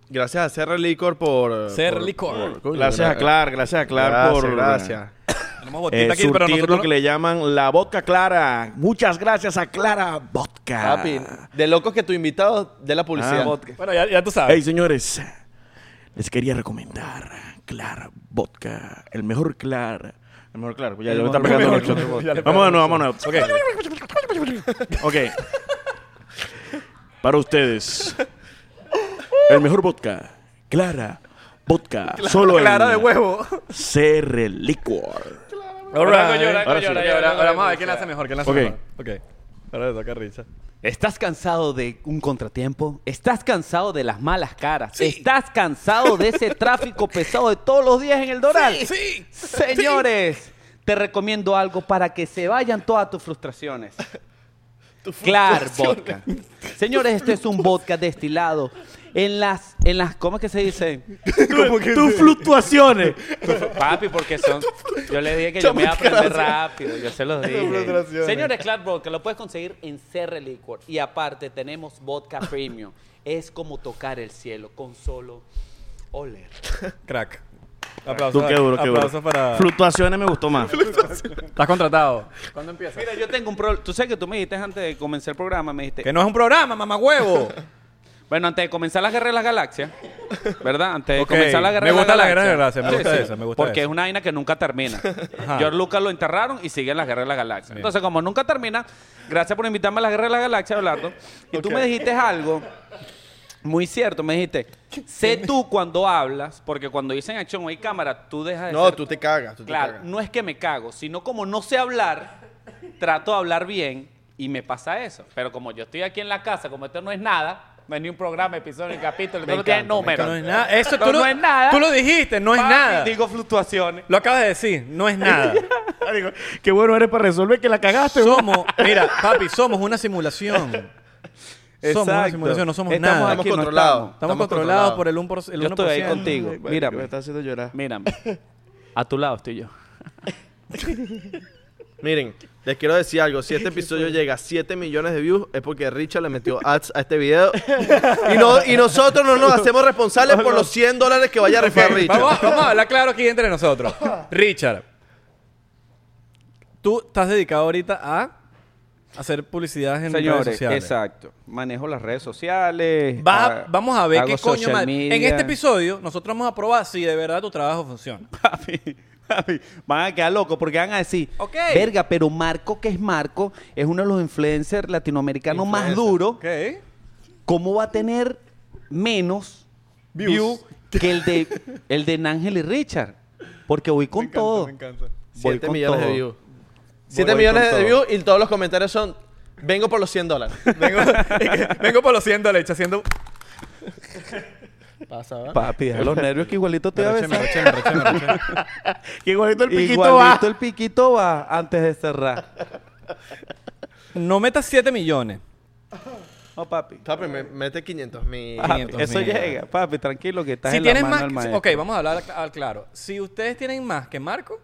S1: Gracias a Serra Licor por.
S2: Ser
S1: por-
S2: licor.
S1: por-
S5: Gracias a Clark, gracias a Clark
S1: Gracias,
S5: por
S1: gracias.
S2: Tenemos
S5: eh,
S2: botita aquí,
S5: surtir
S2: pero nosotros
S5: lo que le llaman la vodka clara. Muchas gracias a Clara Vodka.
S1: Papi, de locos que tu invitado de la publicidad.
S5: Ah, vodka.
S2: Bueno, ya, ya tú sabes.
S5: Hey, señores, les quería recomendar Clara Vodka, el mejor Clara. El mejor Clara, ya, ya me está pegando
S2: mejor,
S5: mucho.
S2: ya le pegaron
S5: Vamos de
S2: mucho.
S5: nuevo, vamos de nuevo. Ok. Para ustedes, el mejor vodka, Clara Vodka, solo en
S2: huevo.
S5: CR Liquor.
S2: Ahora, llora,
S5: Ahora
S2: ahora,
S5: sí.
S2: llora, llora. Ahora vamos a ver quién la hace mejor, quién la hace
S5: Ok.
S2: mejor. Ok. Ahora le toca a Richard.
S4: ¿Estás cansado de un contratiempo? ¿Estás cansado de las malas caras? ¿Estás cansado de ese
S2: <laughs>
S4: tráfico pesado de todos los días en el Doral?
S2: sí.
S4: Señores, te recomiendo algo para que se vayan todas tus frustraciones.
S2: <laughs>
S4: Clar Vodka. Señores, este es un vodka destilado en las, en las, ¿cómo es que se dice?
S5: Tus fluctuaciones.
S4: Papi, porque son. Yo le dije que yo me iba a aprender rápido. Yo se los dije.
S1: frustraciones.
S4: Señores, Clark Vodka lo puedes conseguir en CR Liquor. Y aparte, tenemos vodka premium. Es como tocar el cielo con solo oler.
S2: Crack. Aplausos.
S5: Tú qué duro, qué
S2: aplausos
S5: duro.
S2: para...
S5: Fluctuaciones me gustó más.
S2: Estás contratado. ¿Cuándo empieza?
S4: Mira, yo tengo un problema. Tú sabes que tú me dijiste antes de comenzar el programa, me dijiste.
S2: Que no es un programa, mamá huevo.
S4: Bueno, antes de comenzar la guerra de las galaxias, ¿verdad? Antes de
S2: Ok,
S4: comenzar la guerra
S2: me
S4: de las
S2: gusta la
S4: galaxias.
S2: Guerra de las Galaxias, me gusta eso, me gusta
S4: Porque
S2: eso.
S4: es una vaina que nunca termina.
S2: Ajá.
S4: George Lucas lo enterraron y sigue en la guerra de las galaxias. Entonces, como nunca termina, gracias por invitarme a la guerra de las galaxias, Orlando. Y tú
S1: Ok.
S4: me dijiste algo muy cierto, me dijiste, sé tú cuando hablas, porque cuando dicen acción o hay cámara, tú dejas de
S1: No,
S4: ser-
S1: tú te cagas, tú te
S4: Claro,
S1: cagas.
S4: no es que me cago, sino como no sé hablar, trato de hablar bien y me pasa eso. Pero como yo estoy aquí en la casa, como esto no es nada, no es ni un programa, episodio, ni capítulo, esto no tiene número.
S2: No es nada. Eso
S4: Esto
S2: tú lo,
S4: no es nada.
S2: Tú lo dijiste, no es
S4: Papi,
S2: nada.
S4: Digo fluctuaciones.
S2: Lo acabas de decir, no es nada.
S4: <laughs>
S5: Marico, qué bueno eres para resolver que la cagaste, güey.
S2: somos, mira, papi, somos una simulación. Somos una simulación, no somos
S4: Estamos
S2: nada.
S4: aquí,
S2: Estamos,
S4: no
S1: controlados.
S4: estamos.
S2: controlados
S1: controlados.
S2: por el 1%. El
S4: Yo estoy ahí
S2: 1%.
S4: contigo.
S1: Ay, marico,
S4: Mírame.
S1: Me está haciendo llorar.
S4: Mírame. A tu lado estoy yo.
S1: Miren, les quiero decir algo. Si este episodio llega a 7 millones de views, es porque Richard le metió ads a este video. Y, no, y nosotros no nos hacemos responsables por los 100 dólares que vaya a rifar
S2: Ok,
S1: Richard.
S2: Vamos, vamos a hablar claro aquí entre nosotros. <laughs> Richard, tú estás dedicado ahorita a hacer publicidad en redes
S4: Señores,
S2: sociales.
S4: exacto. Manejo las redes sociales.
S2: Va-
S4: hago-
S2: vamos a ver
S4: hago
S2: qué coño
S4: social
S2: más. En
S4: media.
S2: este episodio, nosotros vamos a probar si de verdad tu trabajo funciona.
S4: <laughs> Papi, papi, van a quedar locos porque van a decir,
S2: Ok.
S4: verga, pero Marco, que es Marco, es uno de los influencers latinoamericanos más
S1: Influencer.
S4: duros.
S2: Ok.
S4: ¿Cómo va a tener menos views que el de, el de Nángel y Richard? Porque voy con todo. Voy
S1: 7
S4: con
S1: millones
S4: todo.
S1: de views. 7
S4: voy
S1: millones
S4: con
S1: de
S4: todo.
S1: views y todos los comentarios son: Vengo por los 100 dólares.
S2: Vengo, <laughs> vengo por los 100 dólares haciendo...
S1: Pasa, ¿verdad?
S4: Papi, deja los nervios que igualito te
S2: Me
S4: va a
S2: arreché, me
S4: besar.
S2: arreché, me arreché, me arreché.
S5: Que igualito el piquito
S4: igualito
S5: va.
S4: el piquito va antes de cerrar.
S2: No metas 7 millones.
S4: No, papi.
S1: <laughs> Papi, me- mete 500 mil.
S4: Papi,
S2: 500
S4: eso
S2: mil.
S4: llega, papi, tranquilo que estás
S2: Si
S4: en la
S2: tienes
S4: mano
S2: más...
S4: del
S2: si-
S4: maestro.
S2: ok, vamos a hablar cl- al claro. Si ustedes tienen más que Marco...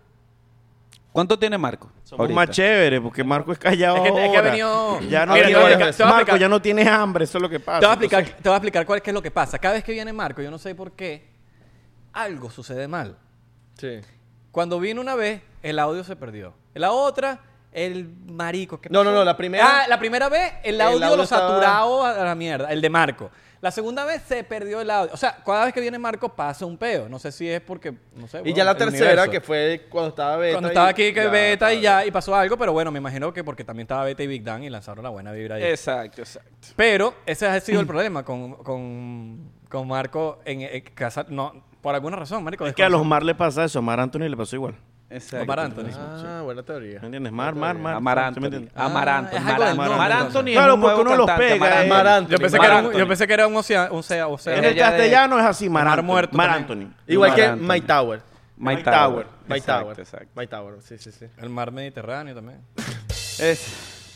S4: ¿Cuánto tiene Marco?
S5: Somos
S4: ahorita?
S5: más chévere porque Marco es callado.
S2: Es que- es que ha
S5: ahora.
S2: venido-
S5: Ya no
S2: Mira,
S5: tiene-
S2: te voy a explicar- te voy a
S5: Marco
S2: explicar.
S5: ya no tienes hambre, eso es lo que pasa.
S2: Te voy, a explicar, te voy a explicar cuál qué es lo que pasa. Cada vez que viene Marco, yo no sé por qué, algo sucede mal.
S1: Sí.
S2: Cuando vino una vez, el audio se perdió. La otra, el marico. ¿qué
S1: No,
S2: pasó?
S1: no, no, la primera-
S2: Ah, la primera vez, el
S1: El
S2: audio,
S1: audio
S2: lo
S1: estaba-
S2: saturado a la mierda, el de Marco. La segunda vez se perdió el audio. O sea, cada vez que viene Marco pasa un peo. No sé si es porque, no sé.
S1: Y
S2: bueno,
S1: ya la
S2: el
S1: tercera,
S2: universo.
S1: que fue cuando estaba Beta.
S2: Cuando
S1: y-
S2: estaba aquí, que
S1: Ya,
S2: Beta y
S1: claro.
S2: ya, y pasó algo, pero bueno, me imagino que porque también estaba Beta y Big Dan y lanzaron la buena vibra ahí.
S4: Exacto, exacto.
S2: Pero ese ha
S1: <clears throat>
S2: sido el problema con, con, con Marco en, en casa. No, por alguna razón, Marico.
S5: Es que a los Mar le pasa eso, a Mar Anthony le pasó igual.
S4: exacto.
S2: Omar Anthony.
S1: Ah, buena teoría.
S5: ¿Me entiendes? Mar, Mar, Mar. ¿Sí
S4: Amaranto.
S5: me entiendes?
S2: Ah,
S4: Amaranto.
S2: es algo del
S4: Amaranto.
S2: nombre,
S4: Amaranto
S2: entonces.
S4: ni
S5: Claro,
S4: es un
S5: porque
S4: nuevo
S5: uno los
S4: cantante,
S5: pega, eh.
S4: Amaranto.
S1: Mar Anthony.
S2: Yo pensé, que
S1: Mar
S2: era un,
S1: Anthony.
S2: yo pensé que era un océano. Un sea, océano.
S5: En el
S4: Ella de-
S5: castellano es así, Mar
S2: Mar
S5: Anthony.
S2: muerto
S5: Mar
S2: también.
S5: Anthony.
S1: Igual
S4: Mar
S1: que
S4: Anthony.
S1: My Tower.
S4: My
S1: My
S4: Tower.
S1: Tower. My
S4: Exacto,
S1: Tower.
S4: exacto.
S1: My Tower, sí, sí, sí.
S2: El mar Mediterráneo también.
S4: Es-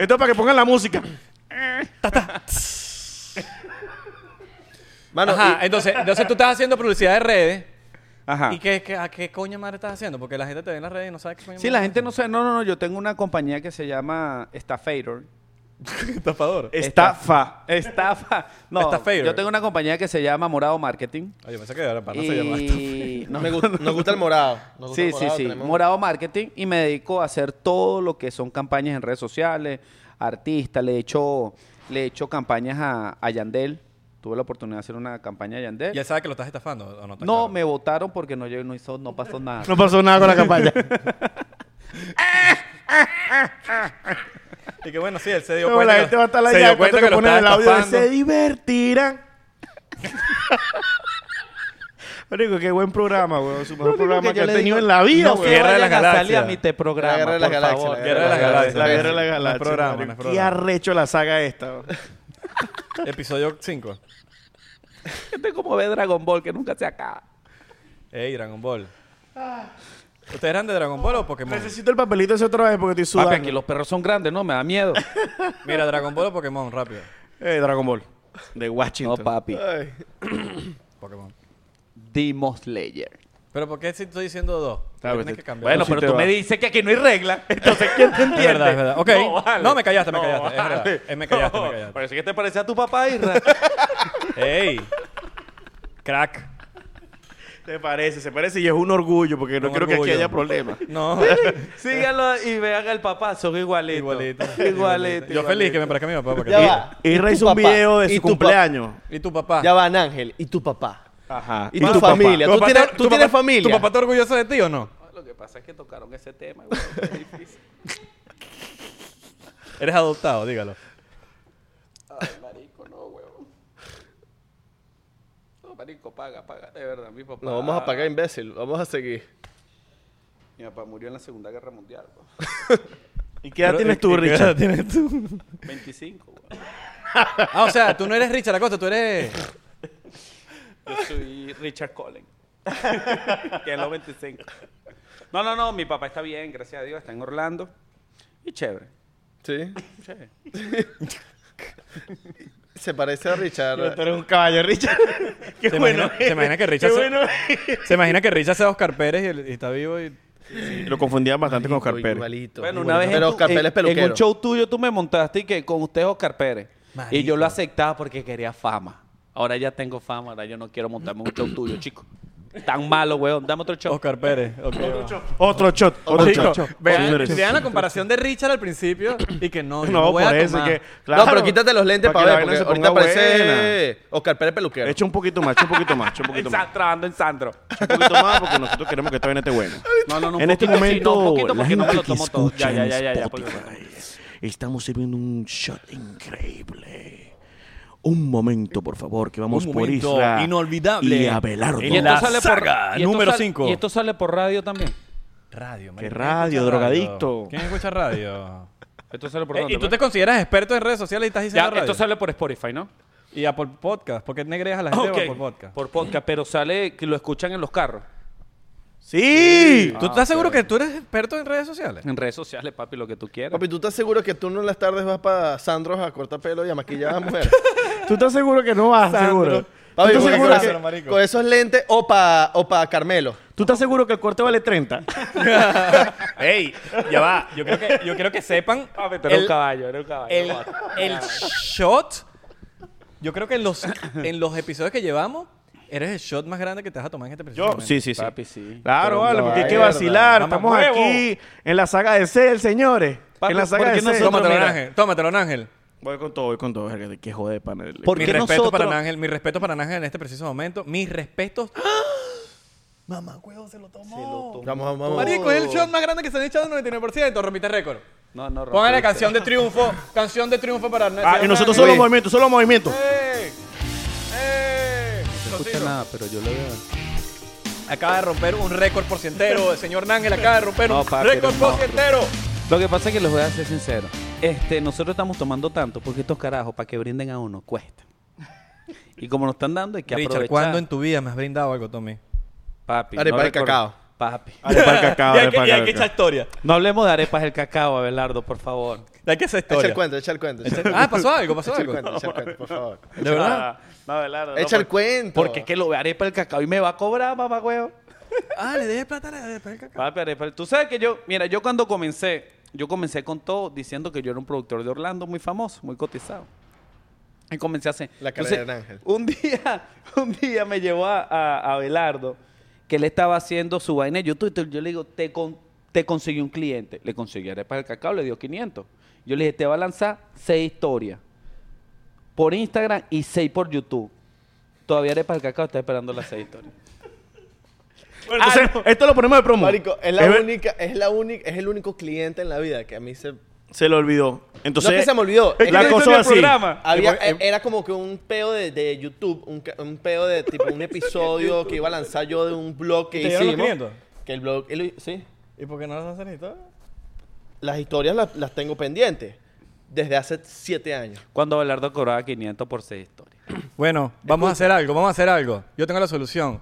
S5: Esto es para que pongan la música.
S1: Mano,
S2: Ajá,
S1: Ah, y-
S2: entonces, entonces tú estás haciendo publicidad de redes.
S4: Ajá.
S2: ¿Y qué, qué- a qué coño madre estás haciendo? Porque la gente te ve en las redes y no sabe qué coño
S4: Sí, la gente no sabe. No, no, no. Yo tengo una compañía que se llama Staffator.
S2: gente <laughs> estafador.
S4: Estafa. Estafa. No,
S2: Staffator.
S4: yo tengo una compañía que se llama Morado Marketing.
S2: Oye, Ah, pensé que era para no se llamaba
S4: Y...
S1: me gu- nos gusta el morado. Nos gusta
S4: Sí,
S1: el
S4: sí,
S1: morado,
S4: sí.
S1: tenemos-
S4: Morado Marketing y me dedico a hacer todo lo que son campañas en redes sociales, artistas, le he hecho, le he hecho campañas a, a Yandel. Tuve la oportunidad de hacer una campaña a Yandel.
S2: Y él sabe que lo estás estafando o no está
S4: No,
S2: claro?
S4: me votaron porque no, yo no hizo, no pasó nada.
S5: No pasó nada con la campaña. <laughs>
S2: Y que bueno, sí, él se dio
S5: Luego
S2: cuenta.
S5: la
S2: que-
S5: gente va a estar
S2: se
S5: allá
S2: dio
S5: después
S2: cuenta
S5: de
S2: que lo
S5: ponen
S2: estaba
S5: el audio de
S2: estafando.
S5: se divertirán. <laughs> Marico, qué buen programa, weón. Su mejor programa que,
S4: yo
S5: ha
S4: le
S5: tenido
S4: digo,
S5: en la vida,
S4: no
S5: weón.
S4: se
S2: Guerra de las
S4: vayan a salir a
S2: Galaxias.
S4: mi te programa,
S1: La Guerra de las
S4: por
S1: Galaxias,
S4: favor.
S1: la
S2: Guerra de las Galaxias.
S5: La guerra de la
S2: No es
S5: galaxia.
S2: programa, no es
S5: Qué
S2: programa.
S5: arrecho la saga esta. weón.
S2: Episodio 5.
S4: Gente como ve Dragon Ball que nunca se acaba.
S2: Ey, Dragon Ball. ¿Ustedes eran de Dragon Ball o Pokémon?
S5: <laughs> Necesito el papelito ese otra vez porque estoy sudando.
S4: Papi, aquí los perros son grandes, no, me da <laughs> miedo.
S2: Mira, Dragon Ball o Pokémon, rápido.
S5: Eh, Dragon Ball. De
S4: no,
S5: Washington.
S4: papi.
S1: Ay.
S2: Pokémon.
S4: Demon Slayer.
S2: ¿Pero por qué si estoy diciendo dos? ¿Por qué
S5: Claro,
S2: tienes
S5: te-
S2: que cambiar.
S4: Ah, pues Bueno,
S5: sí
S4: pero
S5: te
S4: tú
S5: va.
S4: me dices que aquí no hay regla. <laughs> Entonces, ¿quién te entiende?
S2: Es verdad, es verdad. Ok.
S4: No, vale.
S2: No, me callaste, me
S4: No,
S2: callaste, es
S4: vale.
S2: verdad. Eh, me callaste, me
S4: No,
S2: callaste.
S4: Parece que te
S2: <laughs>
S4: parece a tu papá, Isra.
S2: ¡Ey! Crack.
S5: Se parece, se parece y es un orgullo porque no
S2: Un
S5: creo que aquí
S2: orgullo. <laughs>
S5: haya problemas.
S4: <laughs>
S2: No,
S4: Síganlo y vean al papá, son
S2: <laughs>
S4: igualitos.
S2: igualito.
S4: Igualitos. Igualito.
S2: Yo feliz que me parezca a mi papá. porque-
S3: Ya va.
S5: Isra
S3: ¿Y tu
S5: hizo un
S3: papá?
S5: video de
S3: ¿Y
S5: su
S3: tu papá?
S5: cumpleaños.
S2: ¿Y tu papá?
S3: Ya va, Ángel. ¿Y tu papá?
S5: Ajá.
S3: ¿Y tu familia? ¿Tú
S2: papá
S3: tienes-
S2: te-
S3: tú
S2: tu
S3: tienes
S2: papá-
S3: familia?
S2: ¿Tu papá está orgulloso de ti o no?
S4: Lo que pasa es que tocaron ese tema, güey. Es <laughs> difícil.
S2: Eres adoptado, dígalo.
S4: Ay, marico, no, güey. No, marico, paga, paga. De verdad, mi papá.
S1: No, vamos a pagar, imbécil. Vamos a seguir.
S4: Mi papá murió en la Segunda Guerra Mundial, <laughs> güey.
S5: ¿Y qué edad
S2: Pero,
S5: tienes
S2: ¿y-
S5: tú,
S2: y qué edad
S5: Richard?
S2: tienes
S5: <laughs>
S2: tú?
S4: 25, güey.
S2: Ah, o sea, tú no eres Richard Acosta, tú eres...
S4: <laughs> Yo soy Richard Collins. que es los 25. No, no, no, mi papá está bien, gracias a Dios, está en Orlando. Y chévere.
S1: Sí.
S4: chévere.
S1: <laughs> Se parece a Richard.
S5: Tú eres un caballo, Richard. Qué
S2: Se
S5: bueno.
S2: imagina- se imagina que Richard
S5: Qué
S2: se-
S5: bueno.
S2: Se imagina que Richard sea Oscar Pérez y, él- y está vivo y...
S5: Lo confundían bastante con Oscar Pérez.
S1: Igualito.
S4: Bueno,
S1: igualito.
S4: una vez en,
S1: Pero
S4: tu-
S1: Oscar
S4: en-
S1: Pérez es
S4: en
S1: peluquero.
S4: un show tuyo tú me montaste y que con usted es Oscar Pérez. Y yo
S2: Marico.
S4: lo aceptaba porque quería fama. Ahora ya tengo fama, ahora yo no quiero montarme en un show tuyo, chico. Tan malo, weón. Dame otro show.
S2: Oscar Pérez. ok, va.
S5: Otro shot, otro
S2: Marico,
S5: shot.
S2: Vean,
S5: Señores.
S2: vean la comparación de Richard al principio y que no, yo
S5: No,
S2: voy
S5: por
S2: a
S5: eso
S2: tomar.
S5: que.
S1: no, pero quítate los lentes
S5: para
S1: para
S5: que la vaina
S1: ver,
S5: se
S1: porque ahorita
S5: ponga
S1: parece Oscar Pérez peluquero.
S5: buena. Echa un poquito más, echa un poquito más, echa un poquito más.
S4: Ensan- Trabajando en Sandro.
S5: Echa un poquito más porque nosotros queremos que esta vaina esté buena.
S4: No, no, no. un
S5: en este
S4: poquito, sí, no,
S5: momento,
S4: un poquito,
S5: la
S4: porque no
S5: gente
S4: me lo
S5: que
S4: tomo todo.
S5: escucha
S4: Ya, ya, ya, ya,
S5: en
S4: ya, porque-
S5: Spotify, estamos sirviendo un shot increíble. Un momento, por favor, que vamos
S2: Un
S5: por
S2: momento
S5: Isra
S2: inolvidable.
S5: y Abelardo.
S2: Y
S4: Y esto
S2: La
S4: sale
S2: saga
S4: por, y esto
S2: número
S4: sale-
S2: cinco.
S4: Y esto sale por radio también.
S2: Radio, marico,
S5: ¿Qué
S2: ¿quién
S5: radio,
S2: escucha
S5: drogadicto?
S2: ¿Quién escucha
S5: <laughs>
S2: radio?
S4: Esto sale por
S2: Eh,
S4: dónde,
S2: y tú te
S4: pues?
S2: consideras experto en redes sociales y estás
S4: Ya,
S2: diciendo radio.
S4: esto sale por Spotify, ¿no?
S2: Y a por podcast, porque negreas a la gente
S4: Ok.
S2: por podcast.
S4: Ah, Por podcast, pero sale que lo escuchan en los carros.
S5: ¡Sí!
S2: ¿Tú estás seguro que tú eres experto en redes sociales?
S4: En redes sociales, papi, lo que tú quieras.
S1: Papi, ¿tú estás seguro que tú no en las tardes vas para Sandros a cortar pelo y a maquillar a mujeres?
S5: ¿Tú estás seguro que no vas? Seguro.
S1: Papi,
S5: ¿Tú estás
S1: porque
S5: seguro
S1: con,
S5: que-
S1: eso- con esos lentes o para o pa Carmelo.
S5: ¿Tú estás seguro que el corte vale 30?
S2: <laughs> ¡Ey! Ya va. Yo creo que, yo creo que
S5: <laughs>
S2: sepan
S4: Papi, tú eres un
S2: el,
S4: caballo, eres un caballo.
S2: el, el shot. Yo creo que en los, en los episodios que llevamos, eres el shot más grande que te vas a tomar en este preciso momento.
S5: Oh, Sí, sí, sí.
S4: Papi, sí.
S5: Claro, vale, porque hay que vacilar. Estamos aquí en la saga de Cell, señores.
S4: Papi,
S5: en la saga
S4: ¿por
S5: de
S4: qué
S5: Cell.
S4: nosotros,
S2: Tómatelo,
S4: mira.
S2: Ángel. Tómatelo, Ángel.
S5: Voy con todo, voy con todo. verga, Que joder, panel.
S4: ¿Por
S2: Mi
S4: qué
S2: respeto
S4: nosotros-
S2: para Ángel, mi respeto para Ángel en este preciso momento. Mis respetos. Mamá, huevo, se lo tomó.
S1: Vamos, vamos, vamos.
S2: Marico, es el shot más grande que se han echado un 99%. Rompiste récord.
S4: No,
S2: Pongan
S4: no,
S2: la
S4: rompiste.
S2: canción de triunfo. Canción de triunfo para Ernesto.
S5: Ah, y nosotros solo
S1: Oye.
S5: movimientos, solo
S4: <laughs>
S5: movimientos.
S2: ¡Eh! ¡Eh! Cocino.
S4: nada, pero yo lo veo.
S2: Acaba de romper un récord porcientero. El señor Ángel acaba de romper
S4: No,
S2: un
S4: papi,
S2: récord
S4: no.
S2: porcientero.
S4: Lo que pasa es que les voy a ser sincero. Este, nosotros estamos tomando tanto porque estos carajos, para que brinden a uno, cuesta. Y como nos están dando, hay que aprovechar.
S2: tu vida me has brindado algo, Tommy?
S4: Papi,
S1: Arepa de
S4: recor-
S1: cacao.
S4: Papi.
S5: Arepa el cacao,
S2: y hay
S5: arepa
S2: que,
S5: el
S2: y hay que
S5: cacao.
S2: echar historia.
S4: No hablemos de arepas del cacao, Abelardo, por favor.
S2: Hay que hacer
S1: Echa el
S2: historia.
S1: cuento, echa el cuento. Echa el cuento,
S2: Ah, pasó algo, pasó
S1: echa el
S2: algo.
S1: cuento, echa el cuento, por favor.
S2: De verdad.
S5: No, Abelardo, no,
S1: Echa el
S5: por-
S1: cuento.
S4: Porque es que lo ve arepa del cacao y me va a cobrar, papá, huevo.
S2: Ah, le dejé plata a la después del cacao.
S4: Papi, arepa. Tú sabes que yo, mira, yo cuando comencé, yo comencé con todo diciendo que yo era un productor de Orlando muy famoso, muy cotizado. Y comencé a hacer.
S1: La
S4: Entonces,
S1: carrera de Ángel.
S4: Un día, <laughs> un día me llevó a, a, a Abelardo, que él estaba haciendo su vaina en YouTube. Yo le digo, te, con- te conseguí un cliente. Le conseguí arepas del cacao, le dio 500. Yo le dije, te va a lanzar seis historias por Instagram y seis por YouTube. Todavía arepas del cacao, está esperando las seis historias.
S5: Bueno, entonces, esto lo ponemos de promo.
S1: Marico, es la
S5: ver-
S1: única, es la única, es el único cliente en la vida que a mí se
S5: Se le olvidó. Entonces,
S1: no es que se me olvidó. es
S5: la
S1: que
S5: cosa así.
S1: había- eh, era como que un peo de, de YouTube, un, ca- un peo de tipo un episodio que iba a lanzar yo de un blog que
S2: ¿Te dieron los
S1: hicimos.
S2: 500?
S1: Que el blog, el- sí.
S2: ¿Y por qué no las hacen historia?
S1: Las historias las, las tengo pendientes desde hace siete años.
S4: Cuando Abelardo cobraba 500 por seis historias.
S2: Bueno, vamos a hacer algo, vamos a hacer algo. Yo tengo la solución.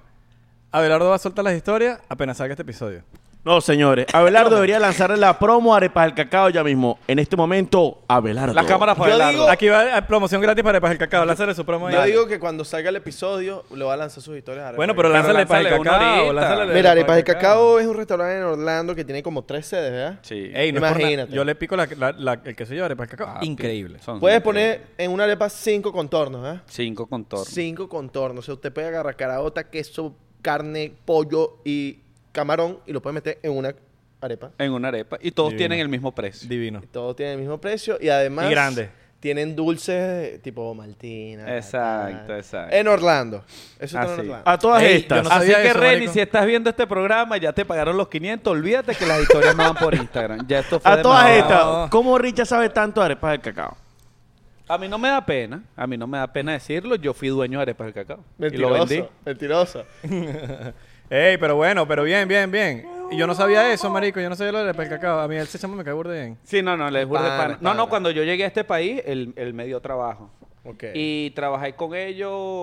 S2: Abelardo va a soltar las historias apenas salga este episodio.
S5: No, señores. Abelardo debería lanzarle la promo Arepas del Cacao ya mismo. En este momento, Abelardo.
S4: La cámara para
S1: Yo
S4: Abelardo.
S1: digo-
S2: Aquí va la promoción gratis para el cacao. Lázale su promo ahí.
S1: Yo digo que cuando salga el episodio le va a lanzar sus historias. a
S2: bueno,
S1: Arepa
S2: pero
S4: Pero
S2: lánzale para
S4: lánzale
S2: el
S4: una
S2: cacao.
S4: ahorita.
S2: Lánzale
S1: del Cacao. Mira, Arepas
S2: para
S1: de
S2: el
S1: Cacao es un restaurante en Orlando que tiene como tres sedes, ¿verdad?
S4: Sí.
S2: Ey, no es por nada.
S1: Imagínate.
S2: Yo le pico la, la- la- el queso yo arepa del cacao. Ah, Increíble.
S4: Son
S1: Puedes
S4: cinco.
S1: poner en una arepa cinco contornos, ¿eh? ¿verdad?
S4: cinco contornos.
S1: Cinco contornos. O sea, usted puede agarrar caraota, queso, carne, pollo y camarón y lo puedes meter en una arepa.
S4: En una arepa. Y todos
S2: Divino.
S4: tienen el mismo precio.
S2: Divino.
S1: Y Todos tienen el mismo precio y además...
S2: Y grande.
S1: Tienen dulces tipo maltina.
S4: Exacto,
S1: tal.
S4: exacto.
S1: En Orlando. Eso está en
S4: Así. Ah,
S1: Orlando.
S5: A todas
S2: Ey,
S5: estas.
S2: yo no
S4: Así
S2: sabía
S4: que,
S2: eso,
S4: Reni,
S2: marico.
S4: si estás viendo este programa, ya te pagaron los 500. Olvídate que las historias no van por Instagram. Ya esto fue
S5: A todas
S4: demasiado.
S5: estas. ¿Cómo Richa sabe tanto de arepas del cacao?
S4: A mí no me da pena. A mí no me da pena decirlo. Yo fui dueño de arepas del cacao. Y lo vendí.
S1: Mentiroso. Mentiroso.
S2: Ey, pero bueno, pero bien, bien, bien. Y yo no sabía eso, marico. Yo no sabía lo de arepa del cacao. A mí el chamo me cae burda bien.
S4: Sí, no, no, les juro de
S1: Pana,
S4: pana. No,
S1: pana.
S4: no, cuando yo llegué a este país, él, él me dio trabajo.
S1: Ok.
S4: Y trabajé con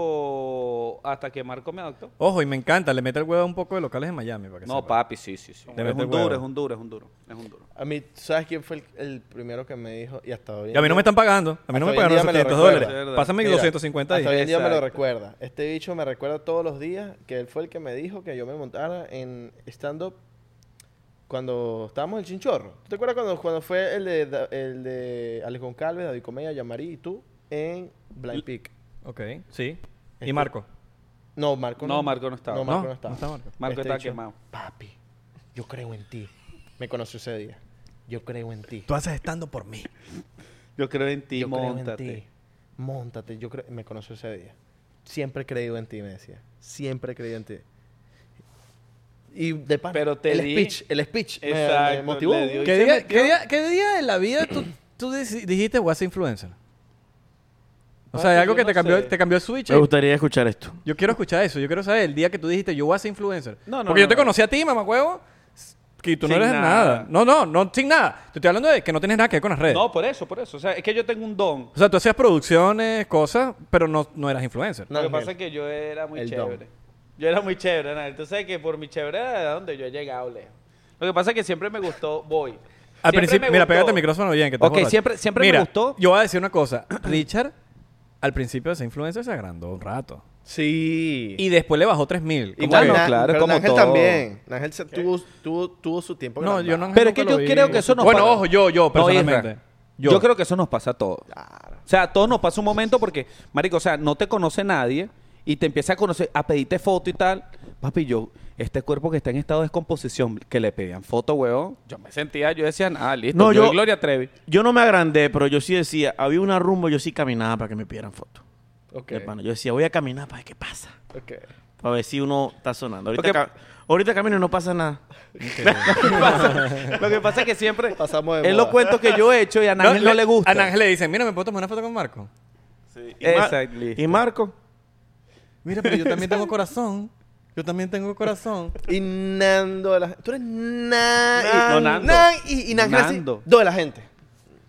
S4: ellos hasta que Marco me adoptó.
S2: Ojo, y me encanta. Le mete el huevo a un poco de locales en Miami. Para que
S4: No,
S2: sepa.
S4: papi, sí, sí, sí.
S2: Le
S4: Es
S2: mete
S4: un
S2: huevo.
S4: duro, es un duro, es un duro, es un duro.
S1: A mí, ¿sabes quién fue el, el primero que me dijo? Y hasta hoy.
S2: Y a mí no me están pagando. A mí
S1: Hasta
S2: no me
S1: hoy en
S2: pagaron
S1: día
S2: esos
S1: me lo
S2: 500
S1: recuerda.
S2: dólares.
S4: Es verdad.
S2: Pásame
S1: Mira,
S2: 250
S1: Hasta hoy
S2: ahí.
S1: en día me lo
S4: Exacto.
S1: recuerda. Este bicho me recuerda todos los días que él fue el que me dijo que yo me montara en stand-up cuando estábamos en Chinchorro. ¿Tú te acuerdas cuando, cuando fue el de, Da- el de Alex Goncalves, David Comeya, Yamari y tú en Blind Peak?
S2: Ok, sí.
S1: Este-
S2: Y Marco.
S1: No, Marco no.
S4: No, Marco no estaba.
S1: No, Marco no, estaba.
S2: está Marco.
S4: Marco
S1: Este
S4: está
S1: bicho,
S4: quemado.
S1: Papi, yo creo en ti. Me conoció ese día. Yo creo en ti.
S2: Tú haces estando por mí.
S4: Yo creo en ti,
S1: Yo creo en
S4: montate.
S1: ti. Móntate. Yo creo... Me conoció ese día. Siempre he creído en ti, me decía. Siempre he creído en ti. Y de pana,
S4: Pero te
S1: el
S4: di-
S1: speech, el speech me- me,
S4: Exacto,
S1: motivó.
S4: le dio-
S2: ¿Qué
S4: se
S2: día,
S4: metió.
S2: qué día- qué día de la vida tú, tú deci- dijiste voy a ser influencer? O sea, hay
S4: Papi,
S2: algo
S4: yo
S2: que
S4: no
S2: te cambió,
S4: sé.
S2: te cambió el switch.
S5: Me gustaría escuchar esto.
S2: Yo quiero escuchar eso. Yo quiero saber el día que tú dijiste yo voy a ser influencer.
S4: No, no,
S2: Porque yo
S4: no,
S2: te
S4: no.
S2: conocí a ti, mamá huevo. Que tú
S4: Sin
S2: no eres nada.
S4: nada.
S2: No, no, no, sin nada. Te estoy hablando de que no tienes nada que ver con las redes.
S4: No, por eso, por eso. O sea, es que yo tengo un don.
S2: O sea, tú hacías producciones, cosas, pero no, no eras influencer.
S1: No,
S4: Lo que
S1: Ángel.
S4: pasa es que yo era muy
S1: El don.
S4: chévere. Yo era muy chévere, ¿no? Entonces, que por mi chévere era donde yo he llegado lejos. Lo que pasa es que siempre me gustó, voy.
S2: Al
S4: Siempre
S2: principio,
S4: me
S2: mira,
S4: gustó-
S2: pégate el micrófono bien, que estás
S4: Ok,
S2: borracho.
S4: siempre- siempre me
S2: Mira,
S4: gustó.
S2: Yo voy a decir una cosa. <clears throat> Richard, al principio de esa influencer se agrandó un rato.
S1: Sí.
S2: Y después le bajó 3000.
S4: Y
S2: ¿Cómo
S4: bueno,
S2: que?
S1: Na-
S4: claro,
S1: pero
S4: como
S1: Ángel
S4: todo.
S1: también. Ángel se- tuvo, tuvo, tuvo su tiempo.
S2: No,
S1: grande.
S2: yo no.
S4: Pero es que
S2: nunca
S4: yo
S2: lo vi.
S4: creo que eso nos
S2: Bueno,
S4: pasa-
S2: ojo, yo, yo,
S4: No, Isra,
S2: personalmente.
S4: yo. creo que eso nos pasa a todos. O sea, a todos nos pasa un momento porque, marico, o sea, no te conoce nadie y te empieza a conocer, a pedirte foto y tal. Papi, yo, este cuerpo que está en estado de descomposición, que le pedían foto, huevón, yo me sentía, yo decía, ah, listo,
S5: No,
S4: yo,
S5: yo-
S4: y Gloria Trevi.
S5: Yo no me agrandé, pero yo sí decía, había una rumba, yo sí caminaba para que me pidieran fotos.
S1: Ok,
S5: De pana. Yo decía, voy a caminar para ver qué pasa.
S1: ok.
S5: Para ver si uno está sonando. Ahorita,
S4: Porque-
S5: ca- ahorita camino y no pasa nada.
S4: Lo que pasa es que siempre
S1: Pasamos de
S4: es los
S1: moda.
S4: cuentos que yo he hecho y a Ángel no, le gusta.
S2: A Ángel le dicen, mira, ¿me puedo tomar una foto con Marco?
S5: Y, Mar-
S4: Exacto, listo.
S5: Eh, y Marco.
S2: Mira, pero yo también tengo corazón. Yo también tengo corazón.
S1: Y Nando de la gente. Tú eres na
S4: Nan-
S1: y,
S4: No, Nando.
S1: Nan y, y Ángel así,
S4: Nando.
S1: dos de la gente.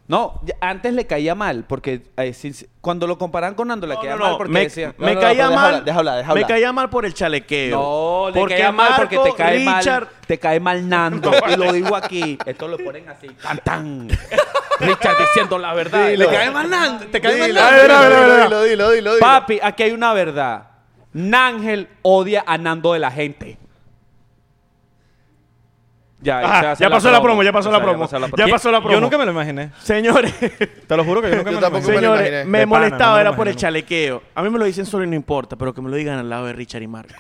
S4: No, ya- antes le caía mal porque eh, sin- cuando lo comparan con Nando le
S5: No,
S4: caía
S5: no, no,
S4: mal porque
S5: me,
S4: decía...
S1: No,
S5: me
S1: no,
S5: caía
S1: no, pero deja
S5: mal.
S1: hablar, deja hablar, deja
S5: me
S1: hablar.
S5: caía mal por el chalequeo.
S4: No, le caía mal porque te
S5: Marco,
S4: cae
S5: Richard,
S4: mal. Te cae mal
S5: <laughs>
S4: Nando. y lo digo aquí. Esto lo ponen así. Tan tan. <laughs> Richard diciendo la verdad.
S1: Dilo.
S4: Le cae mal Nando. Te cae mal
S1: Dilo,
S4: Nando.
S1: dilo, dilo, dilo, dilo, dilo.
S4: Papi, aquí hay una verdad. Nángel odia a Nando de la gente. Ya, ahí
S5: Ajá,
S4: se hace
S5: ya pasó la promo, ya pasó
S4: O
S5: la
S4: sea,
S5: promo.
S4: pasó la
S5: Ya pasó la promo.
S2: Yo nunca me lo imaginé.
S5: Señores,
S2: Te lo juro que yo nunca
S1: Yo
S2: me lo
S1: tampoco
S2: imaginé.
S1: me lo
S5: señores,
S1: imaginé.
S5: me
S2: De pana,
S5: molestaba
S2: no me
S5: era
S2: lo
S5: por el
S2: imagino.
S5: chalequeo. A mí me lo dicen solo y no importa, pero que me lo digan al lado de Richard y Marco.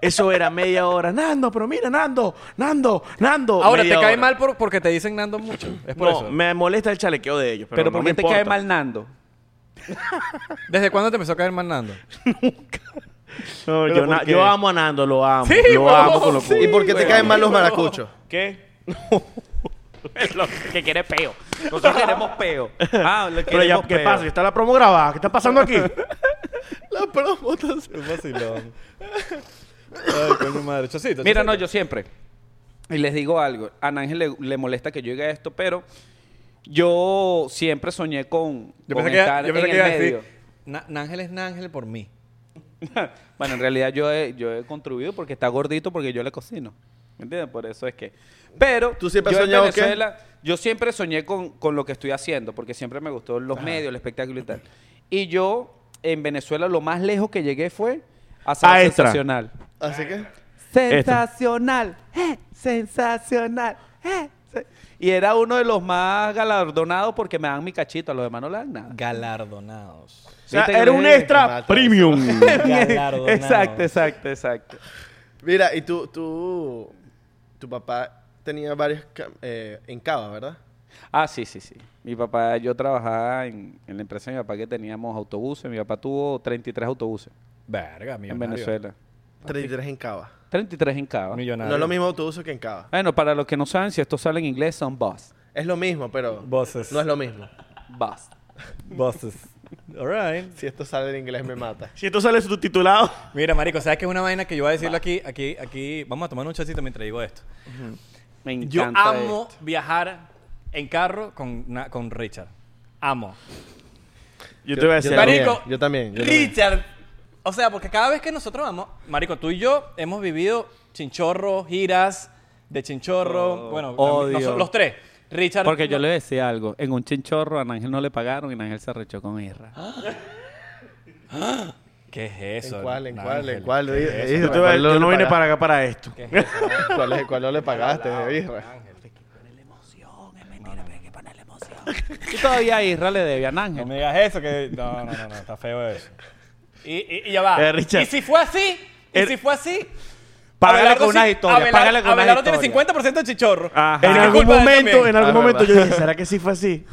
S5: Eso era media hora. Nando, pero mira, Nando, Nando, Nando.
S2: Ahora, ¿te
S5: Media
S2: cae
S5: hora.
S2: mal por- porque te dicen Nando mucho? Es por
S5: no,
S2: eso.
S5: me molesta el chalequeo de ellos. pues, Pero,
S4: Pero
S5: no
S4: ¿por
S5: me
S4: qué te cae
S5: importa.
S4: mal Nando?
S2: ¿Desde cuándo te empezó a caer mal Nando?
S5: No,
S1: ¿Pero
S5: yo,
S1: por
S5: na-
S1: qué?
S5: yo amo a Nando, lo amo.
S2: Sí,
S5: lo
S2: bro,
S5: amo con locura.
S1: ¿Y por qué te caen mal los maracuchos?
S5: ¿Qué?
S4: Lo que quiere es peo. Nosotros queremos peo. Ah, lo
S5: Pero ya,
S4: queremos
S5: ¿qué
S4: peo.
S5: pasa? Que Está la promo grabada. ¿Qué está pasando <laughs> aquí?
S1: La promo.
S2: Un vacilón. Ay, coño madre. Chocito,
S4: Mira,
S2: chocito.
S4: no, yo siempre. Y les digo algo. A Ángel le, le molesta que yo diga esto, pero yo siempre soñé con,
S2: Yo
S4: con
S2: pensé que,
S4: estar
S2: yo pensé que
S4: en el
S2: iba a
S4: medio.
S2: decir, "Na- Nángel es Nángel por mí.
S4: bueno, en realidad yo he, yo he contribuido porque está gordito porque yo le cocino. ¿Me entiendes? Por eso es que... Pero
S1: ¿Tú siempre has
S4: yo en
S1: soñado qué?
S4: Venezuela, yo siempre soñé con, con lo que estoy haciendo porque siempre me gustó los medios, el espectáculo y tal. Y yo en Venezuela lo más lejos que llegué fue a Sábado
S5: A Extra.
S4: Sensacional.
S1: Así que.
S4: Sensacional, eh, sensacional, eh, se- Y era uno de los más galardonados porque me dan mi cachito, a los demás no le dan nada.
S2: Galardonados.
S5: O
S2: <laughs>
S5: sea,
S4: ¿Viste que
S5: era <laughs>
S4: le-
S5: un
S1: Mata.
S5: extra premium.
S2: Galardonados.
S4: exacto, exacto, exacto.
S1: Mira, y tú, tú, tu papá tenía varios cam- eh, en Cava, ¿verdad?
S4: Ah, sí, sí, sí. Mi papá, yo trabajaba en, en la empresa de mi papá que teníamos autobuses. Mi papá tuvo 33 autobuses
S2: Verga, millonario.
S4: en Venezuela.
S1: 33 en Cava.
S4: 33 en Cava.
S2: Millonario.
S1: No es lo mismo autobús que en Cava.
S4: Bueno, para los que no saben, si esto sale en inglés, son bus.
S1: Es lo mismo, pero
S2: Bosses.
S1: no es lo mismo.
S4: Bus.
S2: Bosses. All right.
S1: Si esto sale en inglés me mata.
S5: <laughs> Si esto sale subtitulado.
S2: Mira, marico, ¿sabes qué es una vaina que yo voy a decirlo aquí? Aquí, aquí... Vamos a tomar un chocito mientras digo esto.
S4: Me
S2: Yo
S4: encanta
S2: amo viajar en carro con, na- con Richard. Amo.
S5: Yo te voy a
S1: yo
S5: decir algo.
S1: también,
S2: Marico,
S1: yo también. yo también.
S2: Richard. O sea, porque cada vez que nosotros vamos, Marico, tú y yo hemos vivido chinchorro, giras de chinchorro. bueno,
S4: odio.
S2: noso- los tres. Richard.
S4: Porque yo le decía algo. En un chinchorro a Ángel no le pagaron y Ángel se arrechó con Irra.
S2: ¿Qué es eso?
S1: ¿En cuál, en cuál, en
S2: Ángel?
S1: cuál?
S2: ¿Qué es
S1: Isra,
S2: eso?
S5: Yo, te voy a-
S1: ¿cuál
S5: yo no vine
S1: le
S5: para acá para esto.
S2: ¿Qué es eso?
S1: pagaste? ¿Cuál, es- cuál no le pagaste, Isra?
S4: Y todavía Irra le debía a
S2: No
S4: Ángel.
S2: me digas eso, que. No, no, no, no, está feo eso. Y, y, y ya va.
S5: Eh, Richard.
S2: y si fue así, y
S5: Er-
S2: si fue así.
S5: Págale
S2: Abelardo
S4: con unas
S2: sí-
S4: historias,
S2: Abelardo-
S4: págale con unas
S2: Abelardo tiene
S4: historias.
S2: 50% de chichorro.
S5: En
S2: Es mi
S5: algún
S2: culpa de él
S5: momento,
S2: también.
S5: en algún
S1: Ah,
S5: momento
S1: verdad.
S5: yo dije, ¿será que sí fue así?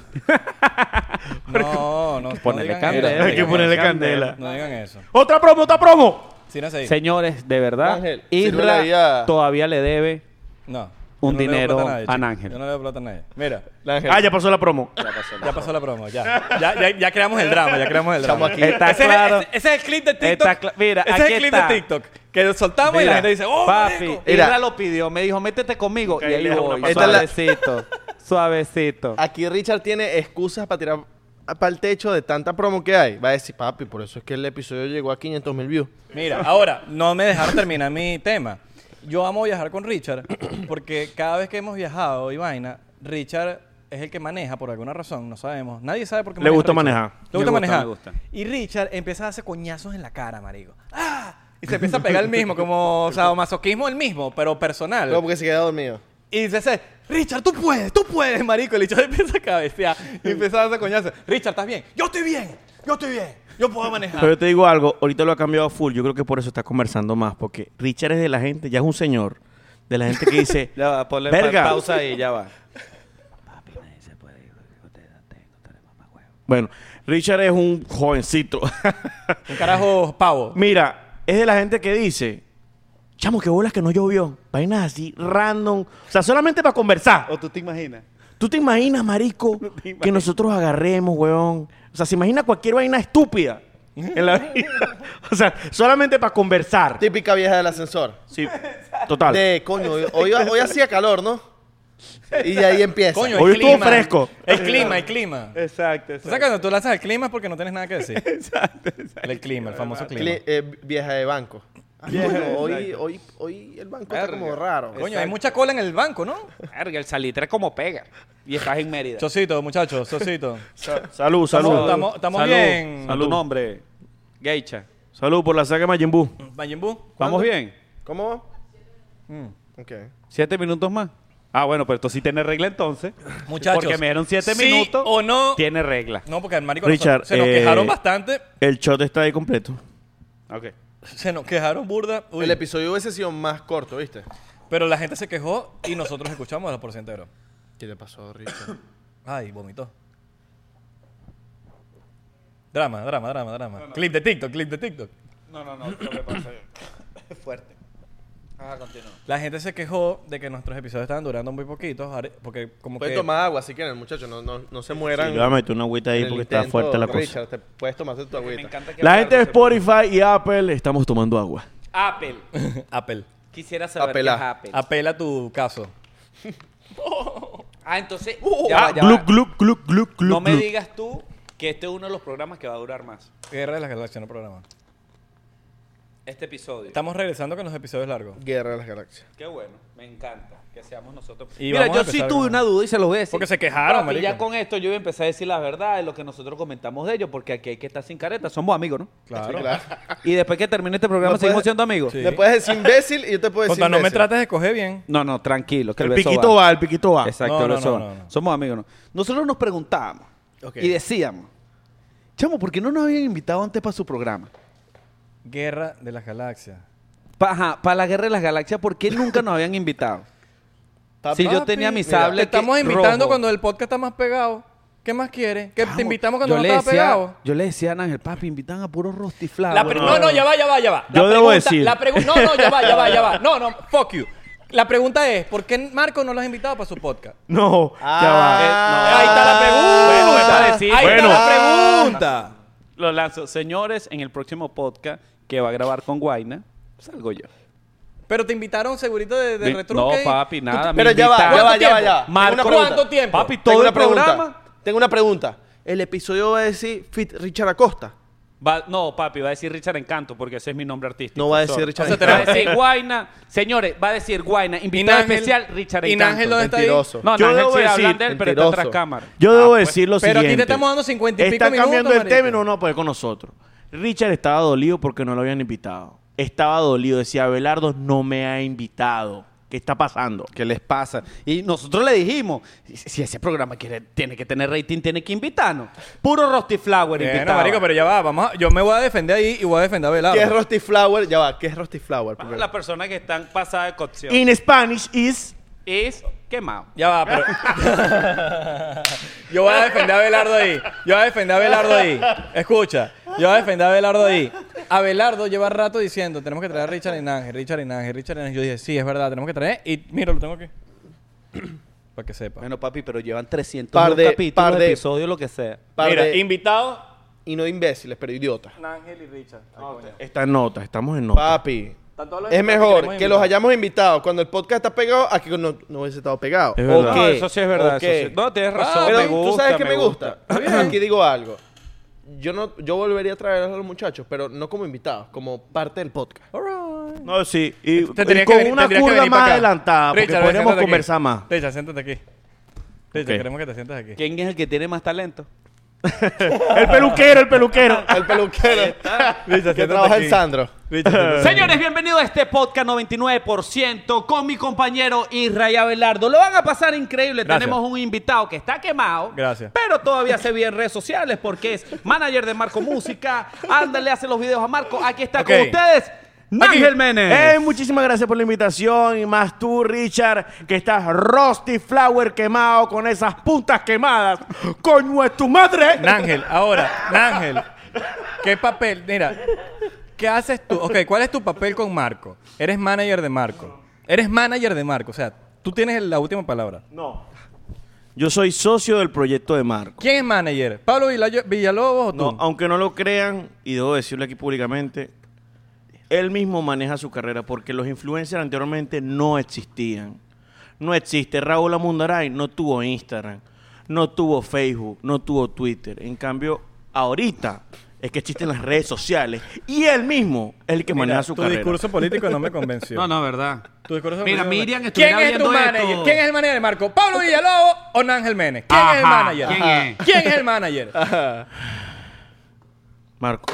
S2: No, no.
S4: ponerle
S2: no digan
S4: candela,
S2: eso,
S4: hay que
S2: no digan
S5: ponerle
S2: eso.
S5: candela.
S2: No digan eso.
S5: ¡Otra promo, otra promo!
S2: Si no se dice.
S4: Señores, de verdad,
S1: Ángel, sirve la
S4: Irra
S1: vida.
S4: todavía le debe.
S2: No.
S4: Un
S2: Yo no le doy
S4: dinero
S2: plata nadie,
S4: a
S2: chico.
S4: Ángel.
S2: Yo no le doy plata a nadie. Mira,
S1: Ángel,
S5: Ah, ya pasó la promo.
S2: ya pasó la promo. Ya. Ya, ya, ya creamos el drama. Ya creamos el drama.
S1: Estamos aquí.
S4: Está
S2: ese,
S4: claro.
S2: es, ese, ese es el clip de TikTok.
S4: Está cla- mira,
S2: ese
S4: aquí
S2: es el clip
S4: está.
S2: de TikTok. Que lo soltamos y
S4: Mira,
S2: la gente dice, ¡Oh,
S4: papi!
S2: marico!
S1: Mira.
S4: Irra lo pidió. Me dijo, métete conmigo.
S5: Ok,
S4: y ahí
S5: le dejo una
S4: voy.
S1: pasada.
S4: Suavecito. suavecito.
S1: Aquí Richard tiene excusas para tirar para el techo de tanta promo que hay. Va a decir, papi, por eso es que el episodio llegó a 500 mil views.
S2: Mira, ahora, no me dejaron terminar mi tema. Yo amo viajar con Richard porque cada vez que hemos viajado y vaina, Richard es el que maneja por alguna razón, no sabemos. Nadie sabe por qué
S5: Le
S2: maneja
S5: gusta
S2: Richard.
S5: manejar.
S2: Le
S4: Me
S2: gusta
S4: gusta,
S2: manejar.
S4: me gusta.
S2: Y Richard empieza a hacer coñazos en la cara, marico. ¡Ah! Y se empieza a pegar el mismo, como o sea, masoquismo el mismo, pero personal.
S1: No, porque se queda dormido.
S2: Y dice, ese, Richard, tú puedes, tú puedes, marico. El bicho <laughs> empieza a cabecear y empieza a hacer coñazos. Richard, ¿estás bien? Yo estoy bien, yo estoy bien, yo puedo manejar.
S5: Pero yo te digo algo, ahorita lo ha cambiado a full. Yo creo que por eso está conversando más, porque Richard es de la gente, ya es un señor, de la gente que
S4: <laughs>
S5: dice,
S4: Ya va, ponle
S5: Verga.
S4: pa- pausa ahí, ya va.
S5: bueno, Richard es un jovencito. <laughs>
S2: Un carajo pavo.
S5: Mira, es de la gente que dice, chamo, qué bolas que no llovió. Vainas así, random. O sea, solamente para conversar.
S4: ¿O tú te imaginas?
S5: ¿Tú te imaginas,
S4: <laughs>
S5: marico, que nosotros agarremos, weón? O sea, se imagina cualquier vaina estúpida en la <laughs> vida. O sea, solamente para conversar.
S1: Típica vieja del ascensor.
S5: Sí, total.
S1: De, coño, hoy, hoy, hoy hacía calor, ¿no? Y de ahí empieza.
S2: Coño,
S5: Hoy
S2: el
S5: estuvo
S2: clima.
S5: fresco.
S2: El clima, el clima.
S4: <laughs> Exacto,
S2: O sea, cuando tú lanzas el clima es porque no tienes nada que
S4: <laughs>
S2: decir. El clima, el famoso clima.
S1: Cli- eh, vieja de banco. Ah, coño, hoy, hoy, hoy el banco está como raro.
S2: Coño, hay mucha cola en el banco, ¿no?
S4: el salitre como pega. Y estás en Mérida.
S2: Chocito,
S1: <laughs>
S2: muchachos, chocito.
S5: Salud, salud.
S2: Estamos- estamos- estamos
S4: Salud.
S2: bien.
S4: Salud. Tu nombre, Geicha.
S5: Salud por la saga de Majin Buu.
S2: Majin Buu.
S4: ¿Vamos bien?
S1: ¿Cómo?
S2: Mm.
S1: Ok.
S4: ¿Siete minutos más? Ah, bueno, pero esto sí tiene regla entonces.
S2: Muchachos.
S4: Porque me dieron siete
S2: ¿sí
S4: minutos.
S2: o no?
S4: Tiene regla.
S2: No, porque al marico
S5: Richard,
S2: se nos
S5: eh,
S2: quejaron bastante.
S5: El shot está ahí completo.
S4: Ok.
S2: Se nos quejaron burda. Uy,
S1: El episodio hubiese sido más corto, ¿viste?
S2: pero la gente se quejó y nosotros escuchamos a los porcenteros.
S1: ¿Qué te pasó, Richard?
S2: Ay, vomitó. Drama, drama, drama, drama. Clip de TikTok, clip de TikTok.
S4: No, no, no. Lo que pasa fuerte. Ah, continúa.
S2: La gente se quejó de que nuestros episodios estaban durando muy poquitos, ahora- porque como
S1: Pueden
S2: que...
S1: tomar agua si quieren, muchachos. No, no, no se
S5: Sí,
S1: mueran.
S5: le voy a meter una agüita ahí
S1: en el
S5: porque está
S1: intento,
S5: fuerte la cosa.
S1: Richard, te puedes tomarte tu agüita.
S4: Me encanta que
S5: La
S4: Abelardo
S5: gente de
S4: se ponga-
S5: Spotify y Apple estamos tomando agua.
S4: Apple.
S2: <laughs> Apple.
S4: Quisiera saber qué es
S1: Apelar.
S4: Apple.
S2: Apela tu caso.
S4: Ah, entonces. ya
S5: Ah,
S4: va, ya va.
S5: gluc, gluc, gluc, gluc, gluc.
S4: No me
S5: gluc.
S4: digas tú que este es uno de los programas que va a durar más.
S2: Guerra de las Galaxias, no programa.
S4: Este episodio.
S2: Estamos regresando con los episodios largos.
S1: Guerra de las Galaxias.
S4: Qué bueno, me encanta que seamos nosotros.
S2: Y
S4: Mira,
S2: vamos a
S4: yo sí
S2: empezar
S4: tuve
S2: con-
S4: una duda y se los voy a decir.
S2: Porque se quejaron,
S4: Papi, ya
S2: marico.
S4: con esto yo voy a empezar a decir la verdad de lo que nosotros comentamos de ellos, porque aquí hay que estar sin careta. Somos amigos, ¿no?
S2: Claro.
S4: Y después que termine este programa,
S1: No puede-
S4: ¿seguimos siendo
S2: <laughs>
S4: amigos?
S2: Sí.
S1: Me puedes decir imbécil y yo te puedo decir
S2: Conta, no me
S1: pues, imbécil.
S2: trates de coger bien.
S4: No, no, tranquilo. Que
S5: El
S4: el, beso
S5: piquito va, el piquito va.
S4: Exacto,
S2: No,
S4: el
S2: no,
S4: beso
S2: no,
S4: va.
S2: no, no.
S4: Somos amigos, ¿no? Nosotros nos preguntábamos
S1: Ok.
S4: y decíamos, chamo, ¿por qué no nos habían invitado antes para su programa?
S2: Guerra de las Galaxias.
S4: Para la Guerra de las Galaxias, ¿por qué nunca nos habían invitado? si yo tenía mi
S2: Mira,
S4: sable
S2: te estamos
S4: que-
S2: invitando
S4: rojo.
S2: cuando el podcast está más pegado. ¿Qué más quieres? Que
S4: Vamos,
S2: <laughs> te invitamos cuando
S4: yo
S2: no
S4: le
S2: estaba
S4: decía-
S2: pegado.
S4: Yo le decía a Ángel, papi, invitan a puros rostiflados.
S2: La pri- no, no, ya va, ya va, ya va. La
S5: Yo debo decir-
S2: la pregu- no, no, ya va, ya va, ya
S4: <laughs>
S2: va. No, no, fuck you. La pregunta es, ¿por qué Marco no lo has invitado para su podcast?
S5: No,
S4: eh.
S1: Ah,
S2: Ahí está la pregunta.
S4: bueno, está decir-
S2: Ahí
S5: Bueno.
S2: está la pregunta.
S4: Lo lanzo. Señores, en el próximo podcast que va a grabar con Guaina, salgo yo.
S2: Pero te invitaron segurito de, de
S4: Mi-
S2: retruque
S4: no,
S2: y-
S4: papi, nada. me
S1: Pero ya va,
S4: invitaron.
S1: ya va,
S2: ¿Cuánto
S1: ya va,
S2: tiempo?
S1: ya va. Tengo una
S2: Marco,
S1: pregunta.
S2: ¿cuánto tiempo?
S4: Papi,
S1: Tengo
S4: todo
S1: una
S4: el programa.
S1: pregunta. Tengo una pregunta. El episodio va a decir Fit Richard Acosta.
S4: Va- no, papi, va a decir Richard Encanto porque ese es mi nombre artístico.
S1: No va a decir
S4: Sorry.
S1: Richard
S2: O sea, te
S4: Va a
S1: Acosta.
S4: decir Guaina. Señores, va a decir Guaina. Invitado
S2: Ángel?
S4: especial, Richard
S2: ¿Y
S4: Encanto.
S2: Ángel dónde está ahí?
S1: Mentiroso.
S4: No,
S5: Yo
S4: Ángel
S5: debo
S4: sí hablan
S5: decir-
S4: de él, pero está
S1: Mentiroso.
S4: tras cámara.
S5: Yo debo decir lo
S2: pero
S5: siguiente.
S2: aquí te estamos dando 50 y pico
S5: Está cambiando
S2: minutos,
S5: el
S2: marico.
S5: término, no puede con nosotros. Richard estaba dolido porque no lo habían invitado. Estaba dolido, decía, Abelardo no me ha invitado. ¿Qué está pasando?
S4: ¿Qué les pasa? Y nosotros le dijimos, si ese programa quiere, tiene que tener rating, tiene que invitarnos. Puro Rosti Flower
S2: Bueno, marico, pero ya va, vamos a- yo me voy a defender ahí y voy a defender a Belardo.
S1: ¿Qué es Rusty Flower? Ya va, ¿qué es Rusty Flower? Primero.
S4: Las personas que están pasadas de cocción
S5: In Spanish is...
S4: es quemado.
S2: Ya va, pero. <laughs> yo voy a defender a Belardo ahí. Yo voy a defender a Belardo ahí. Escucha, yo voy a defender a Belardo ahí. Abelardo lleva rato diciendo: Tenemos que traer a Richard Ángel, Richard Ángel, Richard Ángel. Yo dije: Sí, es verdad, tenemos que traer. Y mira, lo tengo aquí. <clears throat> Para que sepa.
S4: Bueno, papi, pero llevan 300
S1: Par de-
S4: capítulos,
S1: par de-
S4: episodios, lo que sea.
S1: Par
S2: mira,
S1: de-
S2: invitado.
S1: y no imbéciles, pero idiotas.
S2: Ángel y Richard.
S5: Ah, Está en nota, estamos en nota.
S1: Papi.
S2: Están todos los
S1: Es
S2: invitados que
S1: mejor
S2: queremos
S1: que los
S2: invitar.
S1: hayamos invitado cuando el podcast está pegado a que no, no hubiese estado pegado.
S5: Es
S1: ¿O
S5: verdad.
S1: qué?
S4: No, eso sí es verdad.
S1: ¿O
S4: eso
S1: qué?
S4: sí. No, tienes razón.
S2: Ah,
S1: Pero
S4: me gusta,
S1: tú sabes que me gusta.
S2: Está bien.
S1: Aquí digo algo. Yo no, yo volvería a traer a los muchachos, pero no como invitados, como parte del podcast.
S5: No, sí. Y,
S2: Te
S5: y
S2: tenías que
S5: Pues con
S2: venir-
S5: una
S2: tendrías que
S5: curva
S2: venir pa'
S5: más
S2: acá.
S5: adelantada, porque
S2: Richard, ven,
S5: podríamos
S2: siéntate aquí.
S5: conversar más.
S2: Richard, siéntate aquí. Richard,
S5: Ok.
S2: queremos que te sientes
S5: <laughs>
S2: aquí.
S4: ¿Quién es el que tiene más talento?
S5: El peluquero,
S2: <laughs>
S5: el peluquero.
S1: El peluquero
S2: Richard,
S1: <laughs> que
S2: siéntate
S1: trabaja
S2: aquí.
S1: en Sandro.
S2: Richard, siéntate aquí.
S4: Señores, bienvenidos a este podcast 99% con mi compañero Israel Abelardo. Lo van a pasar increíble.
S2: Gracias.
S4: Tenemos un invitado que está quemado.
S2: Gracias.
S4: Pero todavía se ve en redes sociales porque es manager de Marco <laughs> Música. Ándale, hace los videos a Marco. Aquí está
S2: Ok.
S4: con ustedes, Ángel Menes.
S5: Eh, muchísimas gracias por la invitación y más tú, Richard, que estás Rusty Flower quemado con esas puntas quemadas. ¡Coño es tu madre!
S2: Nángel, ahora, Nángel, ¿qué papel? Mira, ¿qué haces tú? Ok, ¿cuál es tu papel con Marco? Eres manager de Marco. Eres manager de Marco, o sea, tú tienes la última palabra.
S5: No. Yo soy socio del proyecto de Marco.
S2: ¿Quién es manager? ¿Pablo Vila- Villalobos o tú?
S5: No, aunque no lo crean, y debo decirlo aquí públicamente, él mismo maneja su carrera porque los influencers anteriormente no existían. No existe. Raúl Amundaray no tuvo Instagram, no tuvo Facebook, no tuvo Twitter. En cambio, ahorita es que existen las redes sociales y él mismo es el que
S2: Mira,
S5: maneja su
S2: tu
S5: carrera.
S2: discurso político no me convenció.
S4: No, no, verdad.
S2: Tu discurso
S4: Mira,
S2: político-
S4: Miriam estuviera
S2: ¿Quién es tu
S4: viendo
S2: manager?
S4: esto.
S2: ¿Quién es el manager de Marco? ¿Pablo Villalobos o Nángel Menes? ¿Quién es el
S4: Ajá,
S2: manager?
S4: ¿quién
S2: Ajá.
S4: es? Ah,
S2: ¿Quién es el manager?
S5: Marco.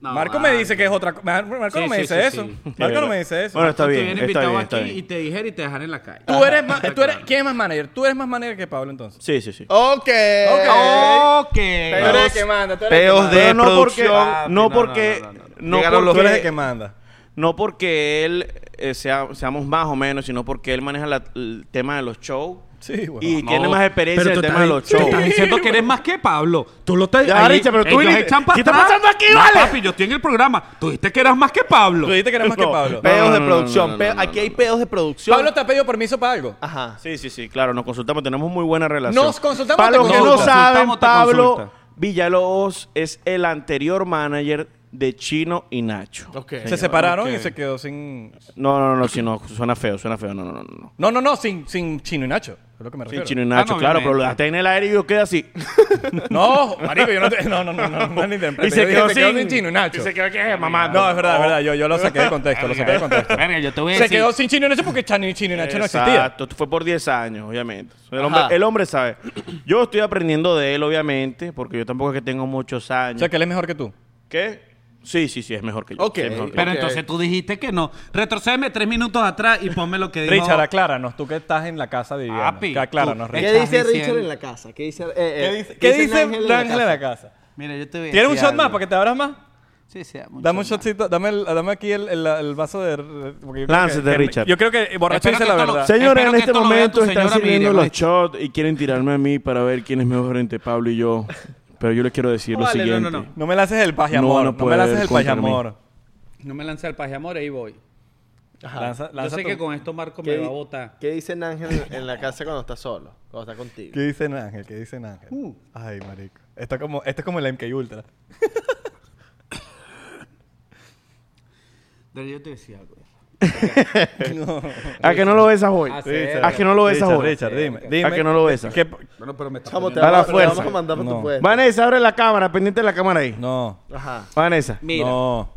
S4: No,
S2: Marco
S4: vale.
S2: me dice que es otra cosa. Marco
S4: Sí,
S2: no me
S4: sí,
S2: dice
S4: sí,
S2: eso.
S4: sí.
S2: Marco no me dice eso.
S5: Bueno, está
S4: Te
S5: bien,
S4: hubiera
S5: está
S4: invitado
S5: bien,
S4: aquí
S5: está bien.
S4: y te dijera y te dejara en la calle.
S2: Tú eres, ma- tú eres- ¿Quién es más manager? Tú eres más manager que Pablo entonces.
S5: Sí, sí, sí.
S1: Ok.
S4: <laughs> Ok.
S1: Pero eres el que
S2: manda, tú
S1: Peos de
S5: Pero no porque,
S1: producción.
S4: Ah,
S5: no
S4: no, no,
S5: porque,
S4: no, no, no.
S5: no
S1: Llegaron los-
S2: Tú
S5: porque,
S2: eres el que manda.
S5: no porque él eh, sea- seamos más o menos, sino porque él maneja la- el tema de los shows
S2: Sí, güey.
S5: y tiene más experiencia en el tema de los
S4: Tú
S5: shows.
S4: estás diciendo que eres más que Pablo. Tú lo estás.
S5: Ya,
S4: ahí-
S5: Richard, pero tú
S4: ellos
S5: viniste-
S4: echan pa'
S5: ¿Qué está
S4: atrás.
S5: pasando aquí,
S4: No,
S5: vale?
S4: papi, yo estoy en el programa. Tú dijiste que eras más que Pablo.
S2: Tú dijiste que eres más que Pablo.
S5: No,
S1: Peos
S5: no,
S1: de
S5: no,
S1: producción.
S5: no, no,
S1: Pe-
S5: no, no,
S1: Aquí
S5: no,
S1: hay
S5: no.
S1: peos de producción.
S2: Pablo te ha pedido permiso para algo.
S4: Ah,
S1: Ajá.
S5: Sí, sí, sí, claro, nos consultamos, tenemos muy buena relación.
S2: Nos consultamos,
S5: Para
S2: te
S5: los que no
S2: consultamos.
S5: saben,
S4: Consultamos, te
S5: Pablo
S4: consulta.
S5: Villalobos es el anterior manager de Chino y Nacho.
S1: Ok.
S2: Se separaron y se quedó sin.
S5: No, no, no, si no, suena feo, suena feo, no, no, no, no.
S2: No, no, no, sin, sin Chino y Nacho. Es lo que me
S5: Sí,
S2: refiero.
S5: Chino y Nacho,
S4: no,
S5: claro, pero lo
S4: obviamente.
S5: dejaste en el aire y yo quedé así.
S2: No, marico, yo no te. No, no, no, no, no, ni te
S5: Y se
S2: Yo dije,
S5: quedó
S2: se quedó
S5: sin-
S2: sin Chino y
S5: Y
S2: Nacho.
S5: se quedó que mamá.
S2: No, es verdad, es verdad. Yo, yo lo
S5: <laughs>
S2: saqué de contexto, lo saqué de contexto.
S4: Verga, yo te voy a
S2: Se
S4: decir.
S2: quedó sin Chino y Nacho porque Chino y Chino y Nacho no existía.
S5: Exacto, esto fue por 10 años, obviamente. El
S1: Ajá.
S5: hombre, el hombre sabe. Yo estoy aprendiendo de él, obviamente, porque yo tampoco es que tengo muchos
S2: O
S5: años.
S2: sea, que él es mejor que tú.
S5: ¿Qué? Sí, sí, sí, es mejor que yo.
S1: Ok.
S5: Sí, es mejor que yo.
S4: Pero
S1: Ok.
S4: entonces tú dijiste que no. Retrocédeme tres minutos atrás y ponme lo que dijo.
S2: Richard, acláranos, tú que estás en la casa viviendo.
S4: Papi,
S2: Que acláranos,
S4: tú-
S2: Richard.
S1: ¿Qué
S4: Estás
S1: dice Richard
S4: diciendo-
S1: en la casa? ¿Qué dice, eh,
S2: ¿Qué
S1: eh,
S2: dice, ¿qué dice
S1: Ángel en la
S2: Ángel en
S1: casa?
S2: la casa?
S4: Mira, yo te voy a
S2: ¿Tienes un
S4: decir
S2: shot más
S4: algo.
S2: para que te abras más?
S4: Sí, sea mucho
S6: Dame un
S4: más.
S6: shotcito, dame, el- dame aquí el, el- el vaso de... porque yo creo
S5: Láncete,
S6: que-
S5: Richard.
S6: Yo creo que borracho
S4: Espero
S6: dice
S4: que
S6: la
S4: esto lo-
S6: verdad.
S5: Señores,
S4: Espero
S5: en
S4: que
S5: este
S4: esto lo vea tu
S5: momento están
S4: señora
S5: sirviendo
S4: Miriam,
S5: los
S4: ¿oíste?
S5: shots y quieren tirarme a mí para ver quién es mejor entre Pablo y yo. Pero yo les quiero decir lo
S4: Vale, no,
S5: siguiente.
S4: no, no.
S6: No me la haces el pajamor,
S5: No, no
S6: no, me
S5: puede
S6: la haces el
S5: contra mí.
S6: pajamor.
S4: No me lance al paje amor, ahí voy.
S6: Lanza, lanza
S4: Yo sé
S6: tu-
S4: que con esto Marco
S1: ¿Qué,
S4: me va a
S1: di-
S4: botar.
S1: qué dice Ángel en la casa cuando está solo? Cuando está contigo.
S6: ¿Qué dice Ángel? ¿Qué dice Ángel?
S2: Uh.
S6: Ay, marico. Esto, es como, esto es como el MK
S2: <laughs>
S6: Ultra.
S4: Pero yo te decía algo.
S5: A que no lo besas hoy.
S4: Ah, sí.
S5: A que no lo besas
S6: Richard,
S5: hoy.
S6: Richard, dime. dime.
S5: A que no lo besas.
S6: ¿Qué-
S4: Bueno, pero me está
S1: Chamo, te
S5: Da la
S1: vamos, te
S5: fuerza.
S1: vamos a mandar por
S6: No.
S1: tu puesto.
S5: Vanessa, abre la cámara, pendiente de la cámara ahí.
S6: No,
S1: Ajá.
S5: Vanessa.
S4: Mira. No,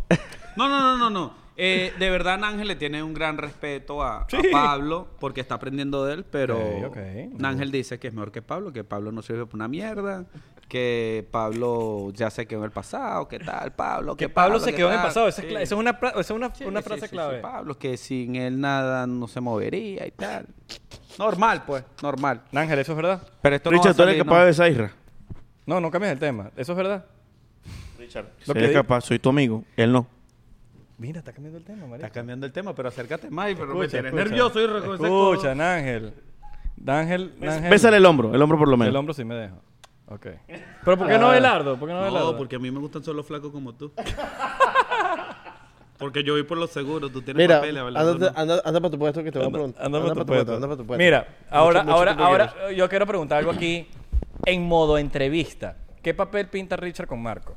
S6: no.
S4: no, no, no, no. Eh, de verdad, Ángel le tiene un gran respeto a, a Pablo porque está aprendiendo de él, pero
S6: Ok, ok.
S4: Ángel dice que es mejor que Pablo, que Pablo no sirve para una mierda, que Pablo ya se quedó en el pasado, que tal, Pablo, que,
S2: Que Pablo se
S4: ¿qué
S2: quedó en el
S4: tal?
S2: pasado. Esa es,
S4: Sí.
S2: cla- esa es una, pra- esa es una,
S4: Sí,
S2: una
S4: sí,
S2: frase
S4: sí, sí,
S2: clave.
S4: Pablo, que sin él nada no se movería y tal. Normal, pues, normal.
S2: Ángel, ¿eso es verdad?
S4: Pero esto no va
S5: Richard,
S4: a
S5: tú eres
S4: salir,
S5: capaz
S4: ¿no?
S5: de besar a Isra.
S2: No, no cambies el tema. ¿Eso es verdad?
S5: Si
S2: Lo que
S5: eres
S2: digo.
S5: capaz, soy tu amigo. Él no.
S2: Mira, está cambiando el tema, marico.
S4: Estás cambiando el tema, pero acércate más. Pero me
S2: Escucha,
S4: tienes
S2: escucha.
S4: nervioso y reconoce
S2: Escucha, Ángel. Ángel, Ángel.
S5: Bésale el hombro, el hombro por lo
S2: El
S5: menos.
S2: hombro sí me dejo. <laughs> Ok. Pero ¿por qué no Belardo? ¿Por qué Ah. no Belardo?
S4: No, porque a mí me gustan solo flacos como tú. <laughs> Porque yo voy por los seguros. Tú tienes
S1: Mira,
S4: papeles, ¿verdad?
S1: ándate- anda, anda para tu puesto que te voy a preguntar.
S6: Anda
S1: para
S6: por tu puesto.
S1: anda para tu puesto.
S2: Mira, ahora,
S1: mucho
S2: ahora,
S1: que tú
S2: ahora yo quiero preguntar algo aquí en modo entrevista. ¿Qué papel pinta Richard con Marco?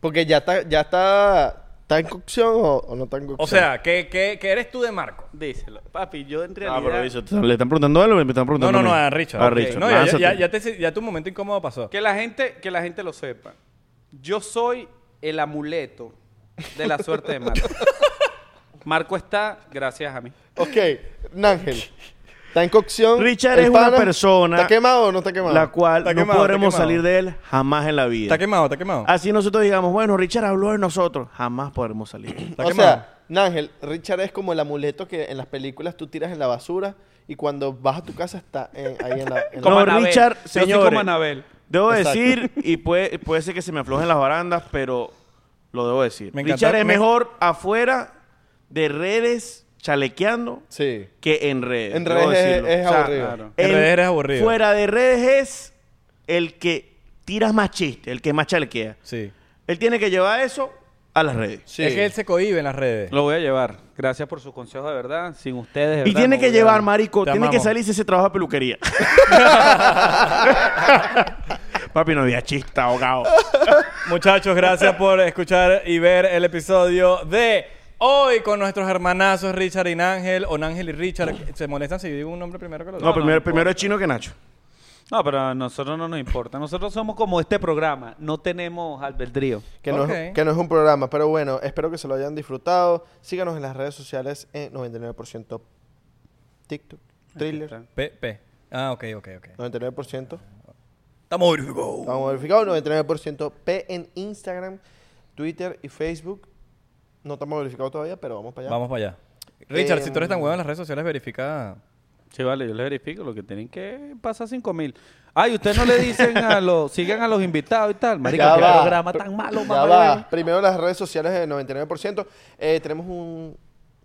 S1: Porque ya está, ya está, está en cocción o, o no está en cocción.
S2: O sea, ¿qué, qué, qué eres tú de Marco?
S4: Díselo. Papi, yo en
S5: Ah,
S4: realidad...
S5: pero eso, te- le están preguntando a él o me
S2: No,
S5: están preguntando
S2: no, no,
S5: mí?
S2: a Richard.
S5: A
S2: Ok.
S5: Richard.
S2: No, ya- ya,
S5: lánzate.
S2: ya, ya te- ya tu momento incómodo pasó.
S4: Que la gente, que la gente lo sepa. Yo soy el amuleto de la suerte de <laughs> Marco. Marco está gracias a mí.
S1: Ok, Nángel. Está en cocción.
S5: Richard
S1: el
S5: es una
S1: pana,
S5: persona-
S1: ¿Está quemado o no está quemado?
S5: La cual
S6: Está
S5: no
S6: quemado, está
S5: podremos
S6: quemado.
S5: salir de él jamás en la vida.
S6: Está quemado, está quemado.
S5: Así nosotros digamos, bueno, Richard habló de nosotros, jamás podremos salir.
S6: Está
S1: o
S6: quemado.
S1: sea, Nángel, Richard es como el amuleto que en las películas tú tiras en la basura y cuando vas a tu casa está en- ahí en la... en la-
S5: No,
S4: Anabel.
S5: Richard,
S4: Yo soy
S5: señores.
S4: como Anabel.
S5: Debo
S1: Exacto.
S5: decir, y puede, puede ser que se me aflojen las barandas, pero lo debo decir.
S6: Me encanta-
S5: Richard es
S6: me-
S5: mejor afuera de redes chalequeando
S1: Sí.
S5: que en redes.
S1: En
S5: debo
S1: redes es-
S5: decirlo.
S1: es aburrido.
S4: Claro.
S2: En
S5: él
S2: redes eres aburrido.
S5: Fuera de redes es el que tiras más chiste, el que más chalequea.
S2: Sí.
S5: Él tiene que llevar eso a las redes.
S1: sí.
S2: Es que él se cohíbe en las redes.
S4: Lo voy a llevar. Gracias por sus consejos de verdad. Sin ustedes, de
S5: Y
S4: verdad,
S5: tiene
S4: no
S5: que
S4: voy a-
S5: llevar, marico,
S2: Te
S5: tiene que
S2: amamos.
S5: salirse ese trabajo de peluquería. Papi, no había chista, ahogado.
S2: Muchachos, gracias por escuchar y ver el episodio de hoy con nuestros hermanazos Richard y Ángel. O Ángel y Richard. ¿Se molestan si digo un nombre primero que los
S5: No,
S2: dos?
S5: primero, primero es chino que Nacho.
S4: No, pero a nosotros no nos importa. Nosotros somos como este programa. No tenemos albedrío.
S1: Que no,
S2: Ok.
S1: es, que no es un programa, pero bueno, espero que se lo hayan disfrutado. Síganos en las redes sociales en 99% TikTok, Thriller,
S2: P, P. Ah, ok, ok, ok.
S1: 99%.
S2: Estamos verificados.
S1: Vamos verificado, 99% P en Instagram, Twitter y Facebook. No estamos verificados todavía, pero vamos para allá.
S2: Vamos para allá. Richard,
S1: Eh,
S2: si tú eres tan huevo en las redes sociales, verifica.
S4: Sí, vale, yo les verifico. Lo que tienen que pasar 5 mil. Ay, ustedes no le dicen a los... <laughs> Sigan a los invitados y tal. Marico,
S1: Ya
S4: qué
S1: va.
S4: programa tan malo,
S1: Ya
S4: mamá.
S1: va. Primero las redes sociales del 99%. Eh, tenemos un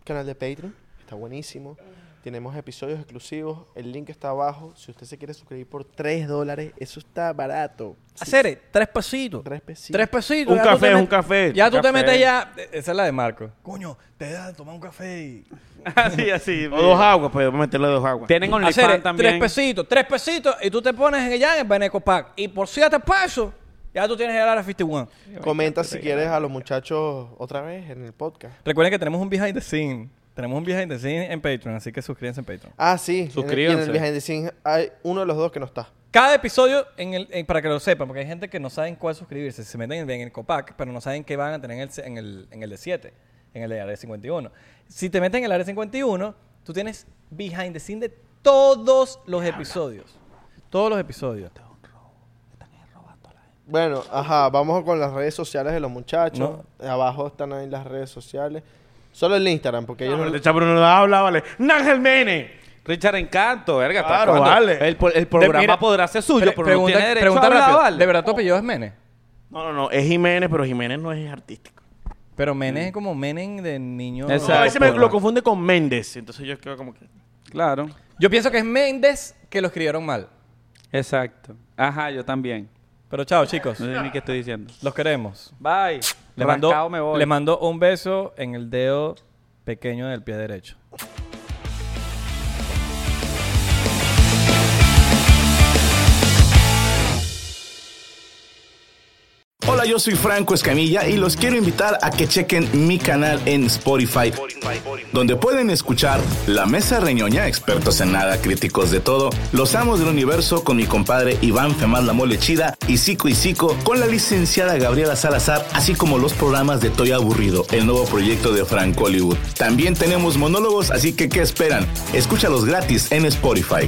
S1: canal de Patreon, está buenísimo. Tenemos episodios exclusivos, el link está abajo. Si usted se quiere suscribir por 3 dólares, eso está barato.
S2: Hacer tres pasitos.
S1: Tres pesitos.
S2: Tres pesitos.
S5: Un
S2: ya tú
S5: café,
S2: te
S5: un
S2: met-
S5: café,
S2: Ya
S5: un
S2: tú te
S5: café.
S2: metes ya. e-, Esa es la de Marco. Coño, te da de tomar un café y.
S4: <laughs> así, así.
S5: O dos aguas, pues vamos a meterle dos aguas.
S4: Tienen
S2: Hacer
S4: OnlyFans
S2: tres
S4: también.
S2: pesitos, tres pesitos y tú te pones en- ya en el Beneco Pack. Y por siete pesos, ya tú tienes el Ara 51.
S1: Comenta si quieres a los muchachos otra vez en el podcast.
S2: Recuerden que tenemos un behind the scene. Tenemos un behind the scene en Patreon, así que suscríbanse en Patreon.
S1: Ah, sí. en el- y En
S4: Suscríbanse.
S1: el behind the scenes hay uno de los dos que no está.
S2: Cada episodio, en el, en- para que lo sepan, porque hay gente que no saben cuál suscribirse. Se meten en, en el Copac, pero no saben qué van a tener en el, se- en el, en el de 7, en el de Área 51. Si te meten en el Área 51, tú tienes behind the scene de todos los episodios. Todos los episodios.
S1: Bueno, ajá, vamos con las redes sociales de los muchachos. Abajo están ahí las redes sociales. Solo el Instagram, porque ellos no-
S5: Este chapo no habla, vale. ¡Nángel Mene!
S4: Richard Encanto, verga. ¿hasta
S5: Claro,
S4: cuándo?
S5: vale.
S4: El, po- el programa
S2: mira,
S4: podrá ser suyo,
S2: pre-
S4: pero no tiene derecho a
S2: pregunta
S4: hablar,
S2: rápido, Oh.
S4: vale.
S2: ¿De verdad tu apellido es Mene?
S5: No, no, no. Es Jiménez, pero Jiménez no es artístico.
S7: Pero Menem es como Menem de niño.
S4: Exacto.
S5: No, a veces me
S4: porra.
S5: lo confunde con Méndez. Entonces yo creo como que.
S4: Claro.
S7: Yo pienso que es Méndez que lo escribieron mal.
S4: Exacto. Ajá, yo también.
S7: Pero chao, chicos.
S4: No sé ni qué estoy diciendo.
S7: Los queremos.
S4: Bye.
S7: Les mando,
S4: Rascado me voy.
S7: les mando un beso en el dedo pequeño del pie derecho.
S8: Hola, yo soy Franco Escamilla y los quiero invitar a que chequen mi canal en Spotify, donde pueden escuchar La Mesa Reñoña, expertos en nada, críticos de todo, Los Amos del Universo con mi compadre Iván Femán La Mole Chida y Sico y Sico con la licenciada Gabriela Salazar, así como los programas de Toy Aburrido, el nuevo proyecto de Franco Hollywood. También tenemos monólogos, así que ¿qué esperan? Escúchalos gratis en Spotify.